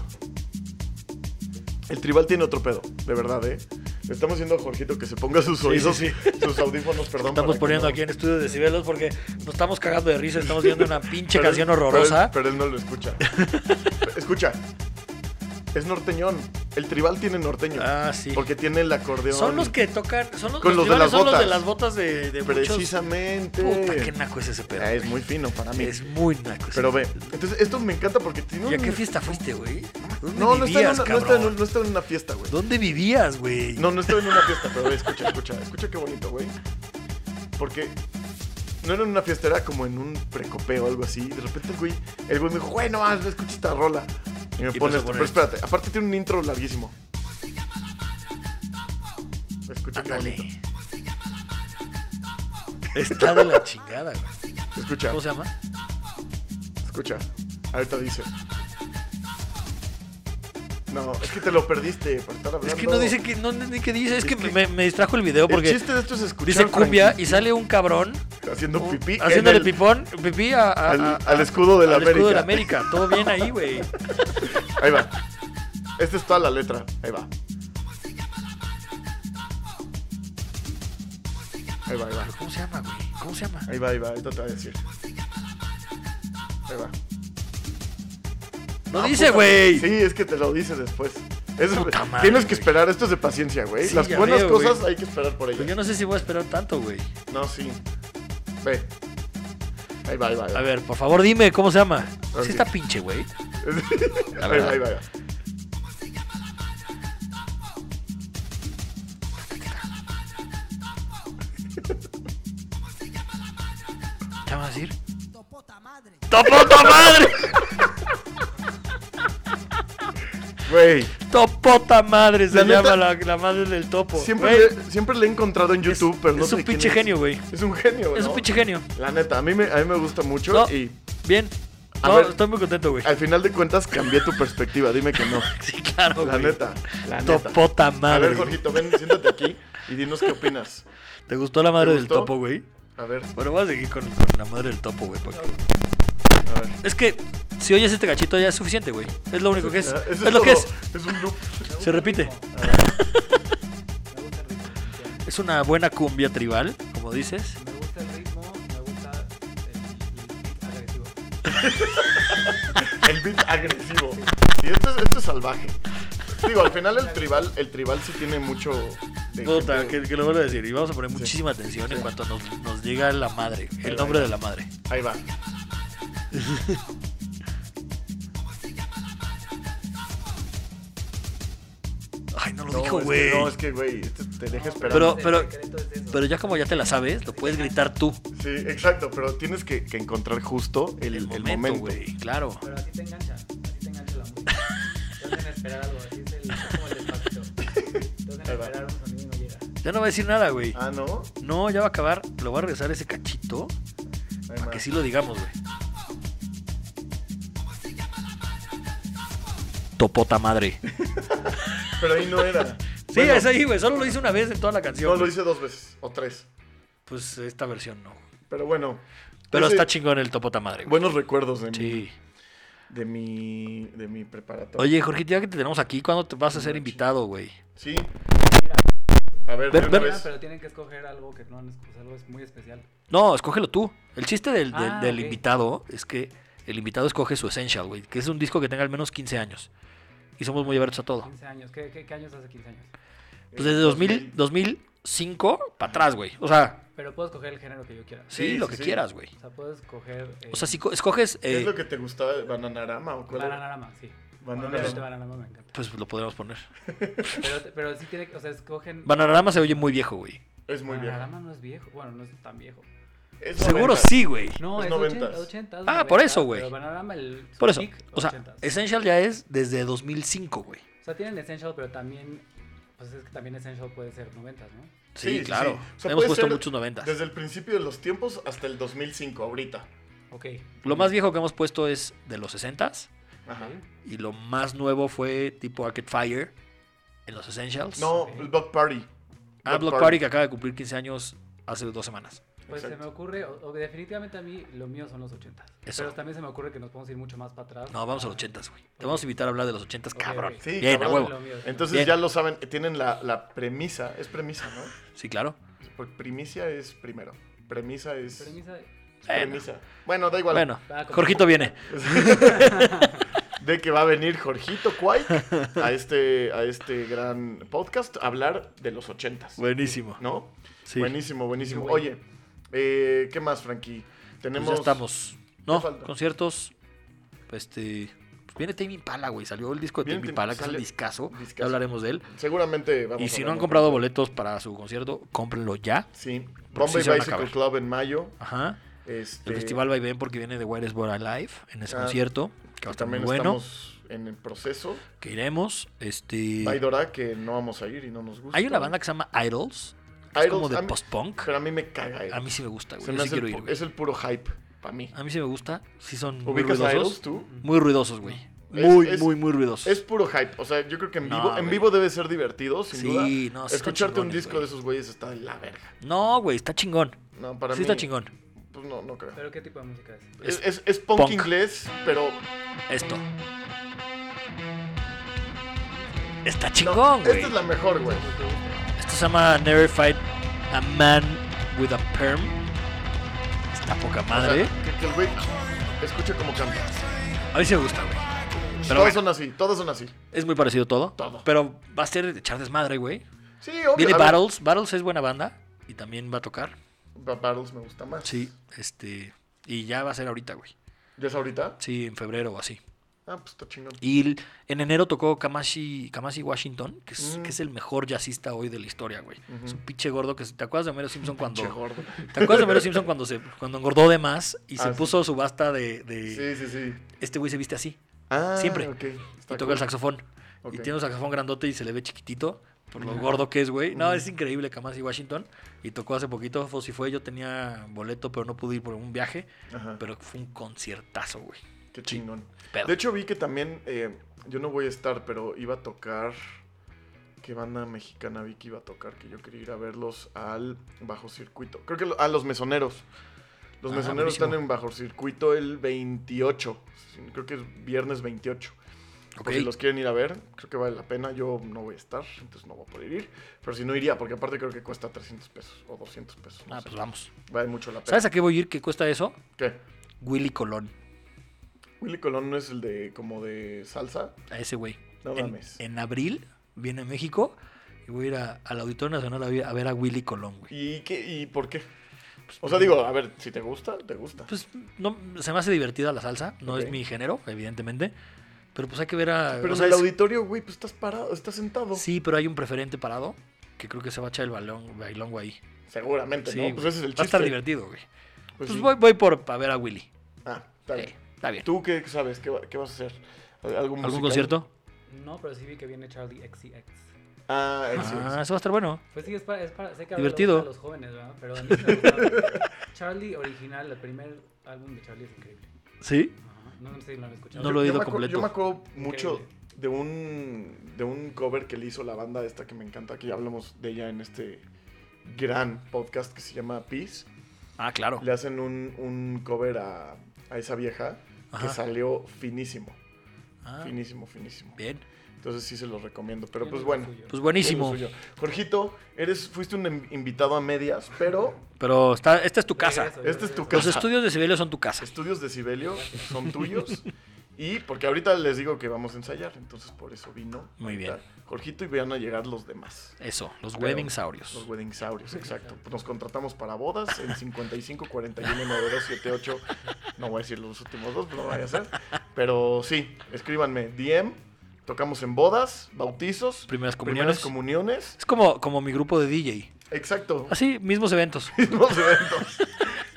A: El tribal tiene otro pedo, de verdad, ¿eh? Le estamos diciendo a Jorgito que se ponga sus oídos,
B: sí,
A: sus audífonos, perdón. para
B: Estamos
A: que
B: poniendo
A: no-
B: aquí en estudio de decibelos porque nos estamos cagando de risa. Estamos viendo una
A: *laughs*
B: pinche
A: Pero él-
B: canción horrorosa.
A: Pero él, pero él no lo
B: *laughs*
A: escucha. escucha. Es norteñón. El tribal tiene norteño.
B: ah, sí.
A: Porque tiene el acordeón.
B: Son los que tocan. Son los,
A: Con los de las
B: tribales son los de
A: botas.
B: las botas de, de muchos-
A: Precisamente.
B: Puta, qué naco es ese pedo.
A: Ah, es
B: güey.
A: muy fino para mí.
B: Es muy naco. ese
A: Pero ve,
B: pedo.
A: entonces esto me encanta porque tiene
B: ¿Y a
A: un-
B: qué fiesta fuiste, güey? ¿Dónde
A: No, no estaba, en
B: vivías,
A: una, no,
B: cabrón?
A: estaba en un- no estaba en una fiesta, güey.
B: ¿Dónde vivías, güey?
A: No, no estaba en una fiesta, pero ve, escucha, escucha, escucha qué bonito, güey. Porque no era en una fiesta, era como en un precopeo o algo así. Y de repente el güey, el güey me dijo, güey, no, no escucha esta rola. Y me
B: Y
A: pone
B: empezó a
A: esto.
B: poner
A: Pero espérate, aparte tiene un intro larguísimo. Escucha qué
B: Ándale.
A: bonito.
B: Está de la chingada, güey.
A: Escucha,
B: ¿Cómo se llama?
A: escucha. Ahorita dice. No, es que te lo perdiste por estar hablando.
B: Es que no dice que, no ni qué dice,
A: Es
B: es, que,
A: que-
B: me, me distrajo el video porque
A: el chiste de esto es escuchar
B: dice cumbia
A: tranqui-
B: y sale un cabrón
A: haciendo
B: un-
A: pipí en
B: haciéndole
A: el-
B: pipón, pipí a- a-
A: al,
B: a-
A: al escudo de la
B: al
A: América.
B: escudo de la América. Todo bien ahí, güey. Pues,
A: Ahí va. Esta es toda la letra. Ahí va. Ahí va, ahí va.
B: Pero ¿Cómo se llama, güey? ¿Cómo se llama?
A: Ahí va, ahí va. Ahorita te voy a decir. Ahí va.
B: No
A: Ah,
B: dice,
A: puta.
B: güey.
A: Ah, Sí, es que te lo dice después. Es-
B: Puta madre,
A: tienes que
B: güey.
A: esperar, esto es de paciencia, güey.
B: Sí,
A: Las
B: ya
A: buenas
B: veo,
A: cosas
B: güey.
A: hay que esperar por
B: Pero
A: ellas.
B: Pues, yo no sé si voy a esperar tanto, güey.
A: No, sí. Ve. Ahí va, ahí va. ahí va.
B: A ver, por favor, dime cómo se llama.
A: Ok.
B: Sí está pinche, güey.
A: *laughs*
B: La
A: ahí
B: verdad.
A: va, ahí va, ahí va.
B: ¿Qué vamos a decir?
A: ¡Topota madre! Güey,
B: Topota madre se
A: La neta,
B: llama la, la madre del topo.
A: siempre,
B: Güey,
A: le- siempre le he encontrado en YouTube,
B: es,
A: pero no
B: es
A: sé
B: un
A: quién
B: pinche
A: es.
B: genio, güey.
A: Es un genio,
B: Es un
A: ¿no?
B: pinche genio.
A: La neta, a mí me, a mí me gusta mucho
B: No.
A: y
B: Bien.
A: A
B: No,
A: ver.
B: estoy muy contento, güey.
A: al final de cuentas cambié tu perspectiva. Dime que no.
B: *laughs* Sí, claro,
A: La
B: güey.
A: neta. La neta.
B: Topota
A: A
B: madre.
A: ver, Jorgito, ven, siéntate aquí y dinos qué opinas.
B: ¿Te gustó la madre
A: ¿Te
B: del
A: gustó?
B: topo, güey?
A: A ver,
B: Bueno, voy a seguir con, con la madre del topo, güey. porque-
A: a ver.
B: Es que si oyes este cachito ya es suficiente, güey. Es lo único que es.
A: Ah, eso
B: Es, lo que
A: todo.
B: es.
A: Es un loop.
B: Se repite.
C: Me gusta el ritmo.
B: Es una buena cumbia tribal, como dices.
C: Me gusta el ritmo, me gusta el, el agresivo.
A: El beat agresivo. Y esto es, esto es salvaje. Digo, al final el tribal, el tribal sí tiene mucho. de
B: Puta,
A: gente-
B: que, que lo vuelvo a decir. Y vamos a poner muchísima atención en cuanto nos, nos llega la madre, el nombre de la madre.
A: Ahí va.
B: Ay, no lo
A: No,
B: dijo,
A: es que-
B: güey.
A: No, es que, güey, te, te deja esperar.
B: Pero- pero-
C: El secreto es eso.
B: Pero ya como ya te la sabes, lo puedes gritar tú.
A: Sí, exacto, pero tienes que, que encontrar justo el, el momento.
B: güey. Claro.
C: Pero así te engancha, así te engancha la música. Te hacen esperar algo, así es el, es como el despacito. Te hacen
A: Ahí va.
C: esperar un sonido y no llega.
B: Ya no va a decir nada, güey.
A: Ah, ¿no?
B: No, ya va a acabar. Lo voy a regresar ese cachito
A: Ahí
B: para
A: va.
B: que sí lo digamos, güey.
A: *laughs*
B: Topota madre.
A: Pero ahí no era.
B: *laughs* Sí,
A: Bueno,
B: es ahí, güey. Solo lo hice una vez en toda la canción.
A: No, lo
B: güey.
A: hice dos veces, o tres.
B: Pues esta versión no.
A: Pero bueno.
B: Pero
A: ese-
B: está chingón el topota madre. güey.
A: Buenos recuerdos de, mi,
B: Sí.
A: de, mi, de mi preparatoria.
B: Oye, Jorgito, ya que te tenemos aquí, ¿cuándo te vas a ser invitado, güey?
A: Sí.
C: Mira,
A: A ver,
B: Ver-
A: de una
B: ver-
A: vez.
C: Ah, pero tienen que escoger algo que no han escogido, algo es muy especial.
B: No, escógelo tú. El chiste del, del-
C: Ah,
B: del
C: ok.
B: invitado es que el invitado escoge su Essential, güey, que es un disco que tenga al menos 15 años. Y somos muy abiertos a todo.
C: 15 años, ¿qué, qué, qué años hace 15 años?
B: Pues desde 2000, 2005 para atrás, güey. O sea,
C: Pero puedo escoger el género que yo quiera.
B: sí,
A: Sí,
B: lo
A: sí,
B: que
A: sí.
B: quieras, güey.
C: O sea, puedo escoger. eh,
B: O sea, si co- escoges,
A: ¿Qué es
B: eh,
A: lo que te gustaba de Bananarama o cuál? era?
C: Bananarama, sí.
A: Bananarama.
C: Obviamente Bananarama me encanta.
B: pues lo podemos poner.
C: Pero, te- pero sí tiene que. O sea, escogen.
B: Bananarama se oye muy viejo, güey.
A: Es muy bien.
C: Bananarama no es viejo. Bueno, no es tan viejo.
A: Es
B: Seguro
A: 90.
B: sí, güey.
C: No,
A: Es
C: es,
A: noventas.
C: 80, 80,
B: Ah, por eso, güey.
C: Pero Bananarama, el. su
B: Por eso,
C: peak,
B: o sea,
C: 80s.
B: Essential ya es desde 2005, güey.
C: O sea, tienen Essential, pero también. Pues es que también Essential puede ser 90, ¿no?
B: Sí,
A: sí,
B: claro.
A: sí. O sea,
B: Hemos
A: puede
B: puesto
A: ser
B: muchos 90.
A: Desde el principio de los tiempos hasta el 2005, ahorita.
C: Ok.
B: Lo más viejo que hemos puesto es de los 60s.
A: Ajá.
C: ok.
B: Y lo más nuevo fue tipo Arcade Fire en los Essentials.
A: No,
C: Ok.
A: el Block Party.
B: Ah, Block Party que acaba de cumplir 15 años hace dos semanas.
C: Pues se
A: Exacto.
C: me ocurre, o, o definitivamente a mí lo mío son los 80.
B: Eso.
C: Pero también se me ocurre que nos podemos ir mucho más para atrás.
B: No, vamos a los 80s, güey. Te vamos a invitar a hablar de los 80s,
C: Ok,
B: cabrón.
C: ok.
A: Sí,
B: Bien,
A: cabrón.
B: a huevo.
C: Lo mío, lo mío.
A: Entonces
B: Bien.
A: ya lo saben, tienen la, la premisa. Es premisa, ¿no?
B: Sí, claro.
A: Porque primicia es primero. Premisa es.
C: Premisa-
A: Premisa. Bueno, da igual.
B: Bueno,
C: Va, como-
B: Jorgito viene.
A: De que va a venir Jorgito Quay a este, a este gran podcast a hablar de los ochentas.
B: Buenísimo. Pues
A: ¿No?
B: Sí.
A: Buenísimo, buenísimo.
C: Qué bueno.
A: Oye, eh, ¿qué más, Frankie?
B: Pues
A: Tenemos.
B: ya estamos.
A: ¿Qué
B: No,
A: falta?
B: conciertos. Este. pues viene Tame Impala, güey. Salió el disco de
A: Viene
B: Tame
A: Tame-
B: Impala, que es un
A: sale-
B: discazo.
A: discazo.
B: Ya hablaremos de él.
A: Seguramente vamos
B: Y
A: a
B: si
A: hablar
B: no han
A: de-
B: comprado boletos para su concierto, cómprenlo ya.
A: Sí.
B: Porque
A: Bombay
B: sí se van a
A: Bicycle
B: acabar.
A: Club en mayo.
B: Ajá.
A: Este,
B: El festival va y ven porque viene de Wireless Born Alive en ese
A: Ah,
B: concierto. Que va a estar muy
A: También
B: bueno.
A: estamos en el proceso.
B: Que iremos. Este.
A: Hay Dora que no vamos a ir y no nos gusta.
B: Hay una banda que se llama Idols. que es
A: Idols,
B: como
A: a
B: de
A: mí-
B: post-punk.
A: Pero a mí me caga.
B: A mí sí me gusta, güey.
A: Se me
B: yo sí
A: hace el
B: quiero
A: pu-
B: ir, güey.
A: Es el puro hype para mí.
B: A mí sí me gusta. Sí son muy
A: ¿Ubicas a Idols
B: ruidosos.
A: tú?
B: Muy ruidosos, güey.
A: Es-
B: Muy,
A: es-
B: muy, muy ruidosos.
A: Es puro hype. O sea, yo creo que en
B: No,
A: vivo, en
B: güey.
A: vivo debe ser divertido, sin
B: Sí,
A: duda.
B: no, sí están
A: Escucharte un
B: chingones,
A: disco
B: güey.
A: de esos güeyes está de la verga.
B: No, güey, está chingón.
A: No, para
B: sí
A: mí.
B: está chingón.
A: Pues no, no creo.
C: ¿Pero qué tipo de música
A: Es,
C: es?
B: Es
A: es- es punk,
B: punk.
A: inglés, pero.
B: esto. Está
A: No,
B: chingón, güey.
A: esta es la mejor, güey.
B: Esto se llama Never Fight a Man with a Perm. Está poca
A: O sea,
B: madre.
A: que, que el güey escuche cómo canta.
B: A mí sí me gusta, güey. Pero
A: todos
B: bueno,
A: son así, todos son así.
B: es muy parecido todo.
A: Todo.
B: Pero va a ser echar desmadre, güey.
A: Sí, obvio.
B: Viene
A: a ver,
B: Battles. Battles es buena banda y también va a tocar.
A: Ba- Battles me gusta más.
B: Sí, este. Y ya va a ser ahorita, güey.
A: ¿Ya es ahorita?
B: Sí, en febrero o así.
A: Ah, pues está chingón.
B: Y l- en enero tocó Kamashi, Kamashi Washington, que es,
A: Mm.
B: que es el mejor jazzista hoy de la historia, güey.
A: Ujú.
B: Es un pinche gordo que... se- ¿Te acuerdas de Homero Simpson cuando...
A: Che gordo.
B: ¿Te acuerdas de Homero Simpson cuando, se, cuando engordó de más y se
A: Ah, sí.
B: puso su basta de... de-
A: *laughs* Sí, sí, sí.
B: Este güey se viste así
A: Ah,
B: Siempre.
A: ok,
B: y
A: está
B: toca
A: cool.
B: el saxofón.
A: Ok.
B: Y tiene un saxofón grandote y se le ve chiquitito por lo
A: Ujú.
B: gordo que es, güey. No,
A: Ujú.
B: es increíble Kamashi Washington. Y tocó hace poquito, fue- si fue, yo tenía boleto, pero no pude ir por un viaje.
A: Ajá,
B: Pero fue un conciertazo, güey.
A: qué chingón.
B: Pedo.
A: De hecho, vi que también, eh, yo no voy a estar, pero iba a tocar. ¿Qué banda mexicana vi que iba a tocar? Que yo quería ir a verlos al bajo circuito. Creo que lo- a los mesoneros. Los
B: Ah,
A: mesoneros
B: buenísimo.
A: están en bajo circuito el 28. Sí, Creo que es viernes 28.
B: Ok.
A: Por si los quieren ir a ver, creo que vale la pena. Yo no voy a estar, entonces no voy a poder ir. Pero si no iría, porque aparte creo que cuesta 300 pesos o 200 pesos. no
B: Ah,
A: sé.
B: pues vamos.
A: Vale mucho la pena.
B: ¿Sabes a qué voy a ir? ¿Qué cuesta eso?
A: ¿Qué?
B: Willy Colón.
A: Willy Colón no es el de como de salsa.
B: A ese güey.
A: No
B: en,
A: mames.
B: en abril viene a México y voy a ir a- al Auditorio Nacional a ver, a ver a Willy Colón, güey.
A: ¿Y, qué, ¿Y por qué? Pues, O sea, digo, a ver, si te gusta, te gusta.
B: Pues no, se me hace divertida la salsa. No
A: Ok.
B: es mi género, evidentemente. Pero pues hay que ver a.
A: Pero
B: o
A: en
B: sea,
A: el
B: es-
A: auditorio, güey, pues estás parado, estás sentado.
B: Sí, pero hay un preferente parado que creo que se va a echar el balón, bailongo ahí.
A: Seguramente,
B: Sí,
A: ¿no?
B: güey.
A: Pues ese es el
B: va a
A: chiste.
B: estar divertido, güey. Pues,
A: sí.
B: voy, voy por para ver a Willy.
A: Ah, está bien.
B: Eh, está bien.
A: ¿Tú qué sabes? ¿Qué, va- qué vas a hacer? ¿Algún,
B: ¿Algún
A: musical?
B: concierto?
C: No, pero sí vi que viene Charlie XCX.
A: Ah, el
B: Ah, eso va a estar bueno.
C: Pues sí, es para, es para sé que ahora
B: Divertido.
C: le gusta a los jóvenes, ¿verdad? Pero a mí sí me gustaba. Charlie original, el primer álbum de Charlie es increíble.
B: ¿Sí?
C: Ajá. No, no sé si lo han escuchado.
B: No lo he
A: Yo
B: oído
A: me acu-
B: completo.
A: Yo me acuerdo mucho
C: Increíble.
A: de un, de un cover que le hizo la banda esta que me encanta, que ya hablamos de ella en este gran podcast que se llama Peace.
B: Ah, claro.
A: Le hacen un, un cover a, a esa vieja
B: Ajá.
A: que salió finísimo,
B: Ah,
A: finísimo, finísimo.
B: bien.
A: Entonces sí se los recomiendo, pero
C: Tiene
A: pues
C: lo
A: bueno.
C: suyo.
B: Pues buenísimo.
A: tiene lo suyo. Jorgito, eres, fuiste un em- invitado a medias, pero
B: Pero está, esta es tu casa.
C: Regreso, yo
A: este es tu
C: regreso.
B: Los
A: casa.
B: estudios de Sibelio son tu casa.
A: Estudios de Sibelio son tuyos. Y porque ahorita les digo que vamos a ensayar, entonces por eso vino.
B: Muy bien.
A: ahorita Jorgito y van a llegar los demás.
B: Eso, los
A: Pero-
B: Webbingsaurios.
A: Los weddingsaurios, exacto. Pues Nos contratamos para bodas en 55 41 92 78. No voy a decir los últimos dos, pero no vaya a ser. Pero sí, escríbanme DM. Tocamos en bodas, bautizos,
B: Primeras
A: primeras
B: comuniones.
A: comuniones.
B: Es como, como mi grupo de DJ.
A: Exacto. *laughs*
B: Así, mismos eventos.
A: mismos eventos.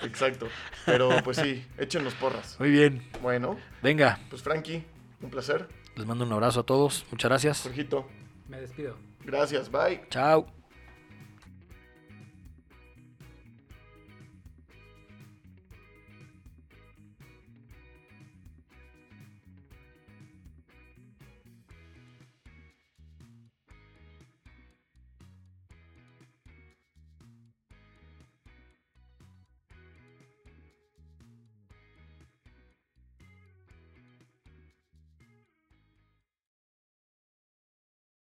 A: Exacto. Pero pues sí, échenos porras.
B: Muy bien.
A: Bueno,
B: Venga,
A: pues Frankie, un placer.
B: les mando un abrazo a todos. Muchas gracias.
A: Jorgito,
C: Me despido.
A: gracias, bye.
B: Chao.